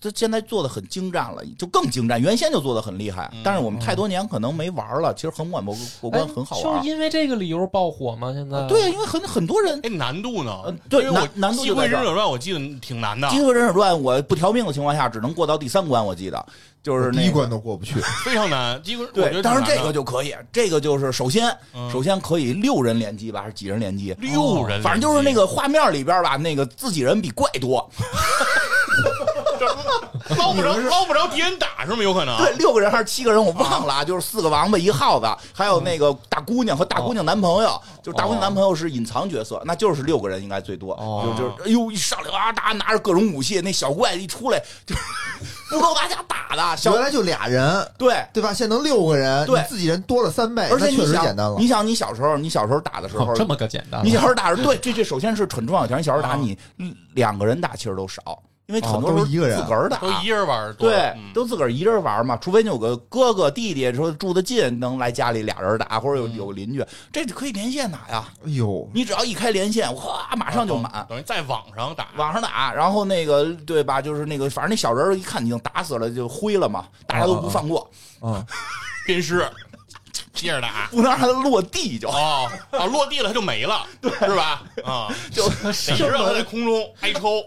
[SPEAKER 3] 这现在做的很精湛了，就更精湛。原先就做的很厉害，
[SPEAKER 4] 嗯
[SPEAKER 3] 但是我们太多年可能没玩了。其实横管过过
[SPEAKER 2] 哎
[SPEAKER 3] 关很好
[SPEAKER 2] 就
[SPEAKER 3] 玩
[SPEAKER 2] 是，因为这个理由爆火吗？现在
[SPEAKER 3] 对，因为很很多人
[SPEAKER 4] 哎，难度
[SPEAKER 3] 呃
[SPEAKER 4] 呢？
[SPEAKER 3] 对
[SPEAKER 4] 因为我
[SPEAKER 3] 难难度
[SPEAKER 4] 机
[SPEAKER 3] 就在
[SPEAKER 4] 会
[SPEAKER 3] 这儿
[SPEAKER 4] 忍者传我记得挺难的
[SPEAKER 3] 《，机会忍者传》，我不调命的情况下只能过到第三关，我记得就是
[SPEAKER 5] 第
[SPEAKER 3] 那
[SPEAKER 5] 一
[SPEAKER 3] 个
[SPEAKER 5] 关都过不去，
[SPEAKER 4] 非常难。机会，我觉
[SPEAKER 3] 对，
[SPEAKER 4] 得
[SPEAKER 3] 当然
[SPEAKER 4] 挺难
[SPEAKER 3] 这
[SPEAKER 4] 的
[SPEAKER 3] 个就可以，这个就是首先、
[SPEAKER 4] 嗯
[SPEAKER 3] 首先可以六人联机吧，还是几人联机？
[SPEAKER 4] 六人，
[SPEAKER 3] 哦反正就是那个画面里边吧，那个自己人比怪
[SPEAKER 4] 啊
[SPEAKER 3] 多，
[SPEAKER 4] 捞不着捞不着敌人打是吗？有可能。
[SPEAKER 3] 对，六个人还是七个人，我忘了，啊、就是四个王八一耗子，还
[SPEAKER 4] 嗯
[SPEAKER 3] 有那个大姑娘和大姑娘男朋友，
[SPEAKER 4] 哦
[SPEAKER 3] 就是大姑娘男朋友是隐藏角色，那就是六个人应该最多，
[SPEAKER 5] 哦
[SPEAKER 3] 就就是哎呦一上来啊，大家拿着各种武器，那小怪一出来就 不够大家打的，小
[SPEAKER 5] 原来就俩人，
[SPEAKER 3] 对。
[SPEAKER 5] 对吧？现在能六个人，
[SPEAKER 3] 对
[SPEAKER 5] 你自己人多了三倍，
[SPEAKER 3] 而且
[SPEAKER 5] 那
[SPEAKER 3] 你
[SPEAKER 5] 确实
[SPEAKER 3] 想，
[SPEAKER 5] 简单了
[SPEAKER 3] 你。想你小时候，你小时候打的时候，
[SPEAKER 2] 哦这么个简单啊。
[SPEAKER 3] 你小时候打是对，这这首先是很重要一条。你小时候打你嗯两个人打其实都少，因为很多时候
[SPEAKER 5] 啊哦都一个人
[SPEAKER 3] 自个儿打，
[SPEAKER 4] 都一人玩儿多，
[SPEAKER 3] 对，
[SPEAKER 4] 嗯
[SPEAKER 3] 都自个儿一人玩嘛。除非你有个哥哥弟弟，说住的近，能来家里俩人打，或者
[SPEAKER 4] 嗯
[SPEAKER 3] 有有邻居，这就可以连线打呀。
[SPEAKER 5] 哎呦，
[SPEAKER 3] 你只要一开连线，哗，马上就满
[SPEAKER 4] 等。等于在网上打，
[SPEAKER 3] 网上打，然后那个对吧？就是那个，反正那小人
[SPEAKER 5] 哦
[SPEAKER 3] 儿一看已经打死了，就灰了嘛，大家都不放过。
[SPEAKER 5] 嗯，
[SPEAKER 4] 鞭尸，接着打。
[SPEAKER 3] 不能让它落地就
[SPEAKER 4] 哦，啊，落地了它就没 了，是吧？啊，
[SPEAKER 3] 就
[SPEAKER 4] 得是让它在空中挨抽。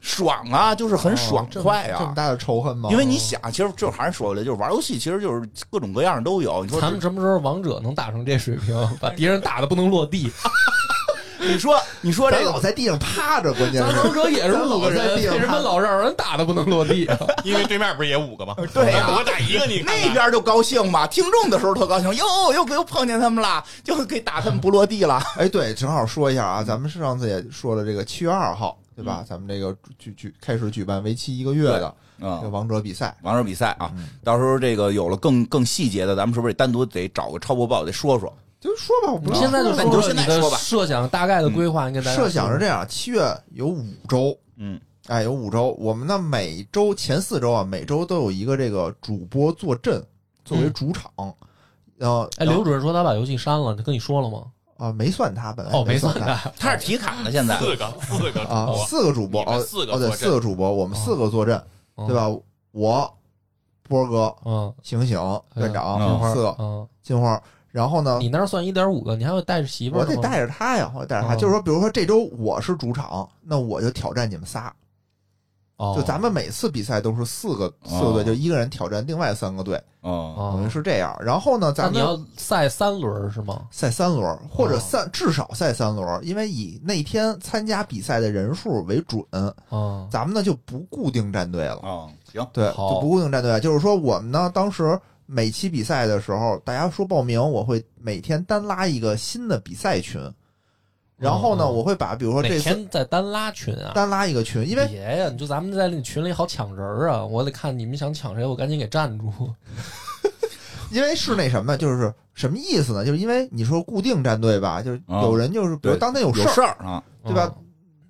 [SPEAKER 3] 爽啊，就是很爽快
[SPEAKER 5] 哦这么
[SPEAKER 3] 啊。
[SPEAKER 5] 大的仇恨吗？
[SPEAKER 3] 因为你想，其实就还是说回来，就是玩游戏，其实就是各种各样的都有。你说
[SPEAKER 2] 咱们什么时候王者能打成这水平， 把敌人打的不能落 地？
[SPEAKER 3] 你说你说
[SPEAKER 5] 咱
[SPEAKER 3] 这
[SPEAKER 5] 老
[SPEAKER 3] 个，
[SPEAKER 5] 在地上趴着，关键
[SPEAKER 2] 咱
[SPEAKER 5] 是
[SPEAKER 2] 王者也是五个
[SPEAKER 5] 咱老在
[SPEAKER 2] 人，
[SPEAKER 5] 地上
[SPEAKER 2] 为什么
[SPEAKER 5] 看
[SPEAKER 2] 老让人打的不能落地啊？
[SPEAKER 4] 因为对面不是也五个吗？
[SPEAKER 3] 对呀
[SPEAKER 4] 我打一个你看看
[SPEAKER 3] 那边就高兴嘛，听众的时候特高兴，哟又又碰见他们了，就给打他们不落地 了。
[SPEAKER 5] 哎，对，正好说一下啊，咱们上次也说了，这个七月二号，对
[SPEAKER 3] 嗯
[SPEAKER 5] 吧？咱们这个举举开始举办为期一个月的这个
[SPEAKER 3] 嗯，
[SPEAKER 5] 王者比赛
[SPEAKER 3] 王者比赛啊，
[SPEAKER 5] 嗯
[SPEAKER 3] 到时候这个有了更更细节的，咱们是不是得单独得找个超播报得说说？
[SPEAKER 5] 就说吧，我不知道
[SPEAKER 2] 现在就
[SPEAKER 3] 那你就
[SPEAKER 2] 说
[SPEAKER 3] 现在
[SPEAKER 2] 你的
[SPEAKER 3] 说吧
[SPEAKER 2] 设想大概的规划，你给大家
[SPEAKER 5] 嗯设想是这样，七月有五周，
[SPEAKER 3] 嗯
[SPEAKER 5] 哎，有五周，我们呢每周前四周啊，每周都有一个这个主播坐镇作为主场，然后
[SPEAKER 2] 嗯哎，刘主任说他把游戏删了，他跟你说了吗？
[SPEAKER 5] 啊没算他，本来
[SPEAKER 2] 哦，没
[SPEAKER 5] 算
[SPEAKER 2] 算他，
[SPEAKER 3] 他是体卡呢，现在
[SPEAKER 4] 四个四个主
[SPEAKER 5] 啊，
[SPEAKER 4] 播，
[SPEAKER 5] 四个主播
[SPEAKER 4] 你们
[SPEAKER 5] 哦
[SPEAKER 4] 四个
[SPEAKER 5] 哦对，
[SPEAKER 4] 坐镇
[SPEAKER 5] 四个主播，我们四
[SPEAKER 2] 哦
[SPEAKER 5] 个坐镇， 对吧？我波哥、
[SPEAKER 2] 嗯？
[SPEAKER 5] 醒醒、院长
[SPEAKER 3] 嗯金
[SPEAKER 2] 花，
[SPEAKER 5] 四个
[SPEAKER 2] 嗯
[SPEAKER 5] 金花，然后呢
[SPEAKER 2] 嗯，，你那儿算一点五个，你还会带着媳妇儿
[SPEAKER 5] 我
[SPEAKER 2] 呢吗？
[SPEAKER 5] 得带着他呀，我得带着他。
[SPEAKER 2] 嗯
[SPEAKER 5] 就是说，比如说这周我是主场，那我就挑战你们仨。
[SPEAKER 2] 哦，
[SPEAKER 5] 就咱们每次比赛都是四个
[SPEAKER 3] 哦
[SPEAKER 5] 四个队，就一个人挑战另外三个队，
[SPEAKER 3] 哦，
[SPEAKER 5] 等
[SPEAKER 2] 哦
[SPEAKER 5] 于，是这样。然后呢，
[SPEAKER 2] 那
[SPEAKER 5] 咱
[SPEAKER 2] 你
[SPEAKER 5] 们
[SPEAKER 2] 要赛三轮是吗？
[SPEAKER 5] 赛三轮，
[SPEAKER 3] 哦
[SPEAKER 5] 或者三至少赛三轮，因为以那天参加比赛的人数为准，
[SPEAKER 2] 嗯，
[SPEAKER 5] 咱们呢就不固定战队了。
[SPEAKER 3] 哦，行，
[SPEAKER 5] 对，
[SPEAKER 2] 好
[SPEAKER 5] 就不固定战队，就是说我们呢，当时每期比赛的时候，大家说报名，我会每天单拉一个新的比赛群，然后呢，
[SPEAKER 3] 哦
[SPEAKER 2] 嗯嗯
[SPEAKER 5] 我会把比如说
[SPEAKER 2] 每
[SPEAKER 5] 这次
[SPEAKER 2] 天在单拉群啊。
[SPEAKER 5] 单拉一个群，因
[SPEAKER 3] 哎
[SPEAKER 5] 为
[SPEAKER 2] 别呀，你就咱们在那群里好抢人儿啊！我得看你们想抢谁，我赶紧给站住。
[SPEAKER 5] 因为是那什么，就是什么意思呢？就是因为你说固定战队吧，就是
[SPEAKER 3] 啊
[SPEAKER 5] 有人就是比如
[SPEAKER 3] 对
[SPEAKER 5] 当天有
[SPEAKER 3] 有
[SPEAKER 5] 事儿
[SPEAKER 3] 事儿啊，
[SPEAKER 5] 对吧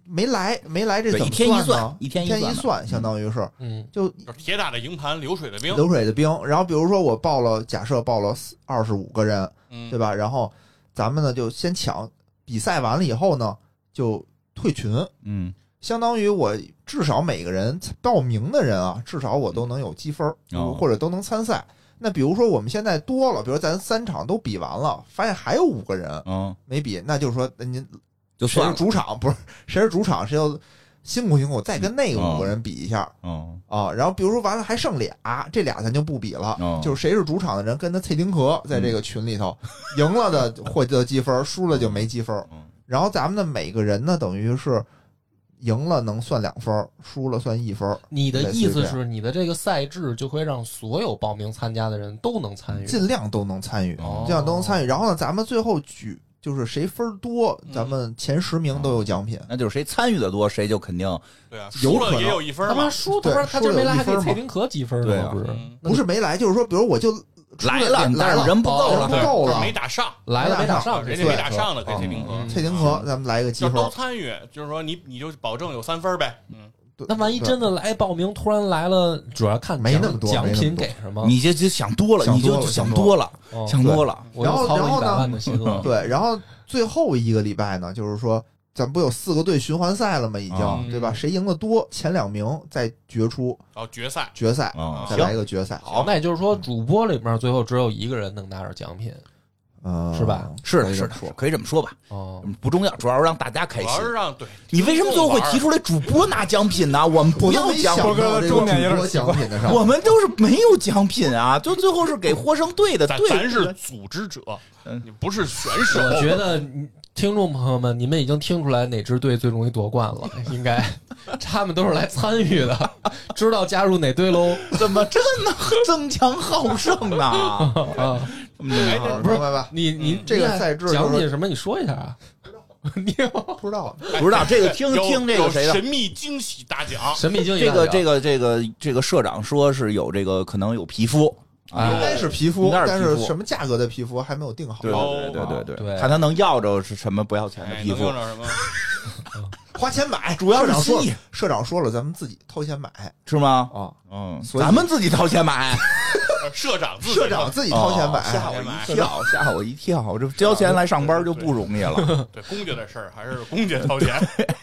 [SPEAKER 5] 没来，没来这
[SPEAKER 3] 对
[SPEAKER 5] 怎么
[SPEAKER 3] 一天一
[SPEAKER 5] 算
[SPEAKER 3] 算
[SPEAKER 5] 呢？
[SPEAKER 3] 一天一
[SPEAKER 5] 天一
[SPEAKER 3] 算的
[SPEAKER 5] 算，相当于是
[SPEAKER 2] 嗯？
[SPEAKER 5] 就
[SPEAKER 4] 就是铁打的营盘，流水的兵，
[SPEAKER 5] 流水的兵。然后比如说我报了，假设报了二十五个人，
[SPEAKER 4] 嗯
[SPEAKER 5] 对，吧？然后咱们呢就先抢，比赛完了以后呢就退群，
[SPEAKER 3] 嗯，
[SPEAKER 5] 相当于我至少每个人报名的人啊，至少我都能有积分儿，
[SPEAKER 3] 哦
[SPEAKER 5] 或者都能参赛。那比如说我们现在多了，比如咱三场都比完了，发现还有五个人
[SPEAKER 3] 嗯，
[SPEAKER 5] 没比，那就是说，那您
[SPEAKER 3] 就
[SPEAKER 5] 谁
[SPEAKER 3] 算
[SPEAKER 5] 是
[SPEAKER 3] 了，
[SPEAKER 5] 主场不是谁是主场，谁要辛苦辛苦再跟那个五个人比一下
[SPEAKER 3] 嗯，
[SPEAKER 5] 啊。然后比如说完了还剩俩，这俩咱就不比了，
[SPEAKER 2] 嗯
[SPEAKER 3] 哦
[SPEAKER 5] 就是谁是主场的人跟他蔡丁格在这个群里头，赢了的获得积分，输了就没积分。
[SPEAKER 3] 嗯
[SPEAKER 5] 然后咱们的每个人呢，等于是赢了能算两分，输了算一分，
[SPEAKER 2] 你的
[SPEAKER 5] 类似于
[SPEAKER 2] 意思
[SPEAKER 5] 这样
[SPEAKER 2] 是，你的这个赛制就会让所有报名参加的人都能参与？
[SPEAKER 5] 尽量都能参与，
[SPEAKER 3] 哦
[SPEAKER 5] 尽量都能参与。然后呢，咱们最后举就是谁分儿多，
[SPEAKER 2] 嗯
[SPEAKER 5] 咱们前十名都有奖
[SPEAKER 2] 哦
[SPEAKER 5] 品。
[SPEAKER 3] 那就是谁参与的多，谁就肯定
[SPEAKER 4] 对啊，
[SPEAKER 5] 有
[SPEAKER 4] 输
[SPEAKER 5] 可
[SPEAKER 4] 了
[SPEAKER 5] 能
[SPEAKER 4] 也有一分
[SPEAKER 2] 他妈
[SPEAKER 4] 嘛，
[SPEAKER 2] 输，他
[SPEAKER 5] 对
[SPEAKER 2] 妈他今儿没来还给
[SPEAKER 5] 输了有一分
[SPEAKER 2] 蔡丁壳积分
[SPEAKER 3] 对
[SPEAKER 2] 呢，
[SPEAKER 3] 啊
[SPEAKER 2] 不是？
[SPEAKER 4] 嗯
[SPEAKER 5] 不是没来，就是说，比如我就
[SPEAKER 3] 来了，你但是人不够
[SPEAKER 5] 人
[SPEAKER 3] 了
[SPEAKER 5] 不，够
[SPEAKER 4] 就
[SPEAKER 5] 了
[SPEAKER 4] 是，哦没打上，
[SPEAKER 2] 来了没打
[SPEAKER 4] 啊
[SPEAKER 2] 上，
[SPEAKER 4] 人家没
[SPEAKER 5] 对
[SPEAKER 4] 打上的给谁名额
[SPEAKER 2] 嗯？
[SPEAKER 5] 蔡丁格，咱们来一个积
[SPEAKER 4] 就
[SPEAKER 5] 分
[SPEAKER 4] 都。参与，就是说你你就保证有三分呗，嗯，
[SPEAKER 5] 对
[SPEAKER 2] 那万一真的来报名，突然来了，主要看奖
[SPEAKER 5] 没那么多
[SPEAKER 2] 奖
[SPEAKER 5] 没那
[SPEAKER 2] 品
[SPEAKER 5] 么多
[SPEAKER 2] 给什么？
[SPEAKER 3] 你就就想多了，
[SPEAKER 5] 哦想
[SPEAKER 3] 你
[SPEAKER 5] 多
[SPEAKER 3] 就
[SPEAKER 5] 了
[SPEAKER 3] 就想
[SPEAKER 5] 想
[SPEAKER 3] 多
[SPEAKER 5] 多
[SPEAKER 3] 了，
[SPEAKER 2] 哦
[SPEAKER 3] 想多了，
[SPEAKER 2] 我又
[SPEAKER 5] 然后
[SPEAKER 2] 操了
[SPEAKER 5] 然后
[SPEAKER 2] 一百
[SPEAKER 5] 呢
[SPEAKER 2] 万的心
[SPEAKER 3] 嗯
[SPEAKER 2] 了。
[SPEAKER 5] 对，然后最后一个礼拜呢，就是说，咱不有四个队循环赛了吗？已经、
[SPEAKER 3] 嗯
[SPEAKER 5] 对吧？谁赢得多，前两名再决出
[SPEAKER 4] 然后决赛，
[SPEAKER 5] 决赛，
[SPEAKER 3] 啊
[SPEAKER 5] 哦再来一个决赛，
[SPEAKER 2] 好，那也就是说，主播里边最后只有一个人能拿着奖品
[SPEAKER 5] 嗯，
[SPEAKER 2] 是吧？
[SPEAKER 3] 是
[SPEAKER 5] 可
[SPEAKER 3] 的，
[SPEAKER 5] 以
[SPEAKER 3] 是
[SPEAKER 5] 这
[SPEAKER 3] 的
[SPEAKER 5] 么说，嗯
[SPEAKER 3] 可以这么说吧，
[SPEAKER 2] 哦。
[SPEAKER 3] 不重要，主要是让大家开
[SPEAKER 4] 主
[SPEAKER 3] 心
[SPEAKER 4] 要。是让对，
[SPEAKER 3] 哎你为什么最后会提出来主播拿奖品呢？我们不
[SPEAKER 5] 我都
[SPEAKER 3] 要
[SPEAKER 5] 没
[SPEAKER 3] 奖
[SPEAKER 5] 想
[SPEAKER 3] 品，
[SPEAKER 5] 到
[SPEAKER 1] 哥
[SPEAKER 5] 这个
[SPEAKER 1] 重点有点
[SPEAKER 5] 主播
[SPEAKER 1] 奇
[SPEAKER 5] 奖品的上，
[SPEAKER 3] 我们都是没有奖品啊，就最后是给获胜队的
[SPEAKER 4] 咱
[SPEAKER 3] 队。
[SPEAKER 4] 咱是组织者，
[SPEAKER 3] 嗯
[SPEAKER 4] 你不是选手，
[SPEAKER 2] 我觉得听众朋友们，你们已经听出来哪支队最容易夺冠了，应该 他们都是来参与的，知道加入哪队喽。
[SPEAKER 3] 怎么这么争强好胜 呢？
[SPEAKER 2] 啊，
[SPEAKER 3] 这么厉害
[SPEAKER 5] 好
[SPEAKER 2] 不是
[SPEAKER 5] 明白吧？
[SPEAKER 2] 你你
[SPEAKER 4] 嗯
[SPEAKER 5] 这个
[SPEAKER 2] 你看
[SPEAKER 5] 赛制就是
[SPEAKER 2] 奖品什么？你说一下啊。你
[SPEAKER 5] 不知道，
[SPEAKER 3] 不知道这个听
[SPEAKER 4] 有
[SPEAKER 3] 听这个
[SPEAKER 4] 有
[SPEAKER 3] 谁的
[SPEAKER 4] 神秘惊喜大奖，
[SPEAKER 2] 神秘经啊理
[SPEAKER 3] 这个这
[SPEAKER 2] 个，
[SPEAKER 3] 个这个这个社长说是有这个可能有皮肤，
[SPEAKER 5] 应
[SPEAKER 2] 哎，
[SPEAKER 5] 该是皮肤
[SPEAKER 3] 应，该是
[SPEAKER 5] 但
[SPEAKER 3] 皮肤
[SPEAKER 5] 是什么价格的皮肤还没有定好，啊
[SPEAKER 3] 对哦对对对对
[SPEAKER 2] 对
[SPEAKER 3] 看他能要着是什么不要钱的
[SPEAKER 4] 哎，
[SPEAKER 3] 皮
[SPEAKER 4] 能
[SPEAKER 3] 肤
[SPEAKER 4] 用。着什么？
[SPEAKER 5] 花钱买，
[SPEAKER 3] 哎主要
[SPEAKER 5] 社
[SPEAKER 3] 是
[SPEAKER 5] 长说
[SPEAKER 3] 心意，
[SPEAKER 5] 社长说了，咱们自己掏钱买
[SPEAKER 3] 是吗？
[SPEAKER 5] 啊，
[SPEAKER 3] 嗯，
[SPEAKER 5] 所以
[SPEAKER 3] 咱们自己掏钱买，
[SPEAKER 4] 呃社长自己
[SPEAKER 5] 社长自己掏钱
[SPEAKER 3] 哦吓
[SPEAKER 5] 买，
[SPEAKER 3] 我一跳，吓我一跳，这交钱来上班就不容易了。
[SPEAKER 4] 对公家的事儿还是公家掏钱，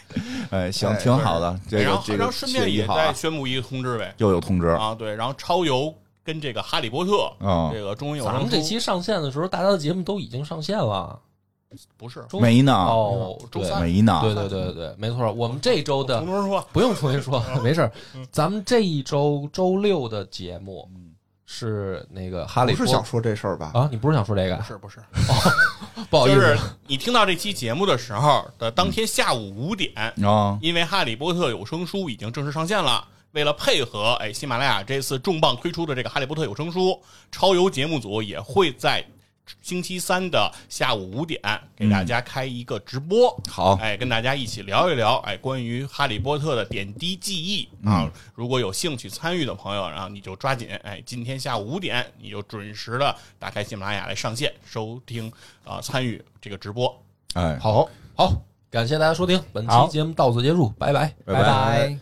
[SPEAKER 3] 哎，行，
[SPEAKER 5] 哎
[SPEAKER 3] 挺 好的，这
[SPEAKER 4] 然
[SPEAKER 3] 个
[SPEAKER 4] 后
[SPEAKER 3] 这
[SPEAKER 4] 然
[SPEAKER 3] 个
[SPEAKER 4] 后顺便
[SPEAKER 3] 协议
[SPEAKER 4] 也啊
[SPEAKER 3] 好
[SPEAKER 4] 再
[SPEAKER 3] 啊，
[SPEAKER 4] 宣布一个通知呗，
[SPEAKER 3] 又有通知，
[SPEAKER 4] 啊，对，然后超游跟这个《哈利波特》
[SPEAKER 3] 啊
[SPEAKER 4] 这个中文有声
[SPEAKER 2] 咱
[SPEAKER 4] 书
[SPEAKER 2] 们这期上线的时候，大家的节目都已经上线了。
[SPEAKER 4] 不是
[SPEAKER 2] 周
[SPEAKER 3] 没呢，啊
[SPEAKER 2] 哦，
[SPEAKER 4] 周
[SPEAKER 2] 对
[SPEAKER 4] 三嗯
[SPEAKER 3] 没呢，
[SPEAKER 2] 对对对对对，没错。我们这周
[SPEAKER 4] 从
[SPEAKER 2] 的
[SPEAKER 4] 头说，
[SPEAKER 2] 不用重新说， 没事儿。咱们这一周周六的节目
[SPEAKER 3] 嗯
[SPEAKER 2] 是那个哈利
[SPEAKER 5] 不
[SPEAKER 2] 波
[SPEAKER 5] 是想说这事儿吧？
[SPEAKER 2] 啊，你不是想说这
[SPEAKER 4] 不
[SPEAKER 2] 个？
[SPEAKER 4] 是不是，
[SPEAKER 2] 不好意
[SPEAKER 4] 就是
[SPEAKER 2] 思，
[SPEAKER 4] 你听到这期节目的时候的当天下午五点，
[SPEAKER 2] 嗯
[SPEAKER 3] 啊，
[SPEAKER 4] 因为《哈利波特》有声书已经正式上线了。为了配合哎喜马拉雅这次重磅推出的这个《哈利波特》有声书，超游节目组也会在星期三的下午五点给大家开一个直播。
[SPEAKER 3] 好，
[SPEAKER 4] 哎，跟大家一起聊一聊，哎，关于《哈利波特》的点滴记忆啊。如果有兴趣参与的朋友，然后你就抓紧，哎，今天下午五点你就准时的打开喜马拉雅来上线收听啊、参与这个直播。
[SPEAKER 3] 哎，
[SPEAKER 2] 好好，感谢大家收听本期
[SPEAKER 1] 好
[SPEAKER 2] 节目，到此结束，拜拜。
[SPEAKER 3] 拜
[SPEAKER 1] 拜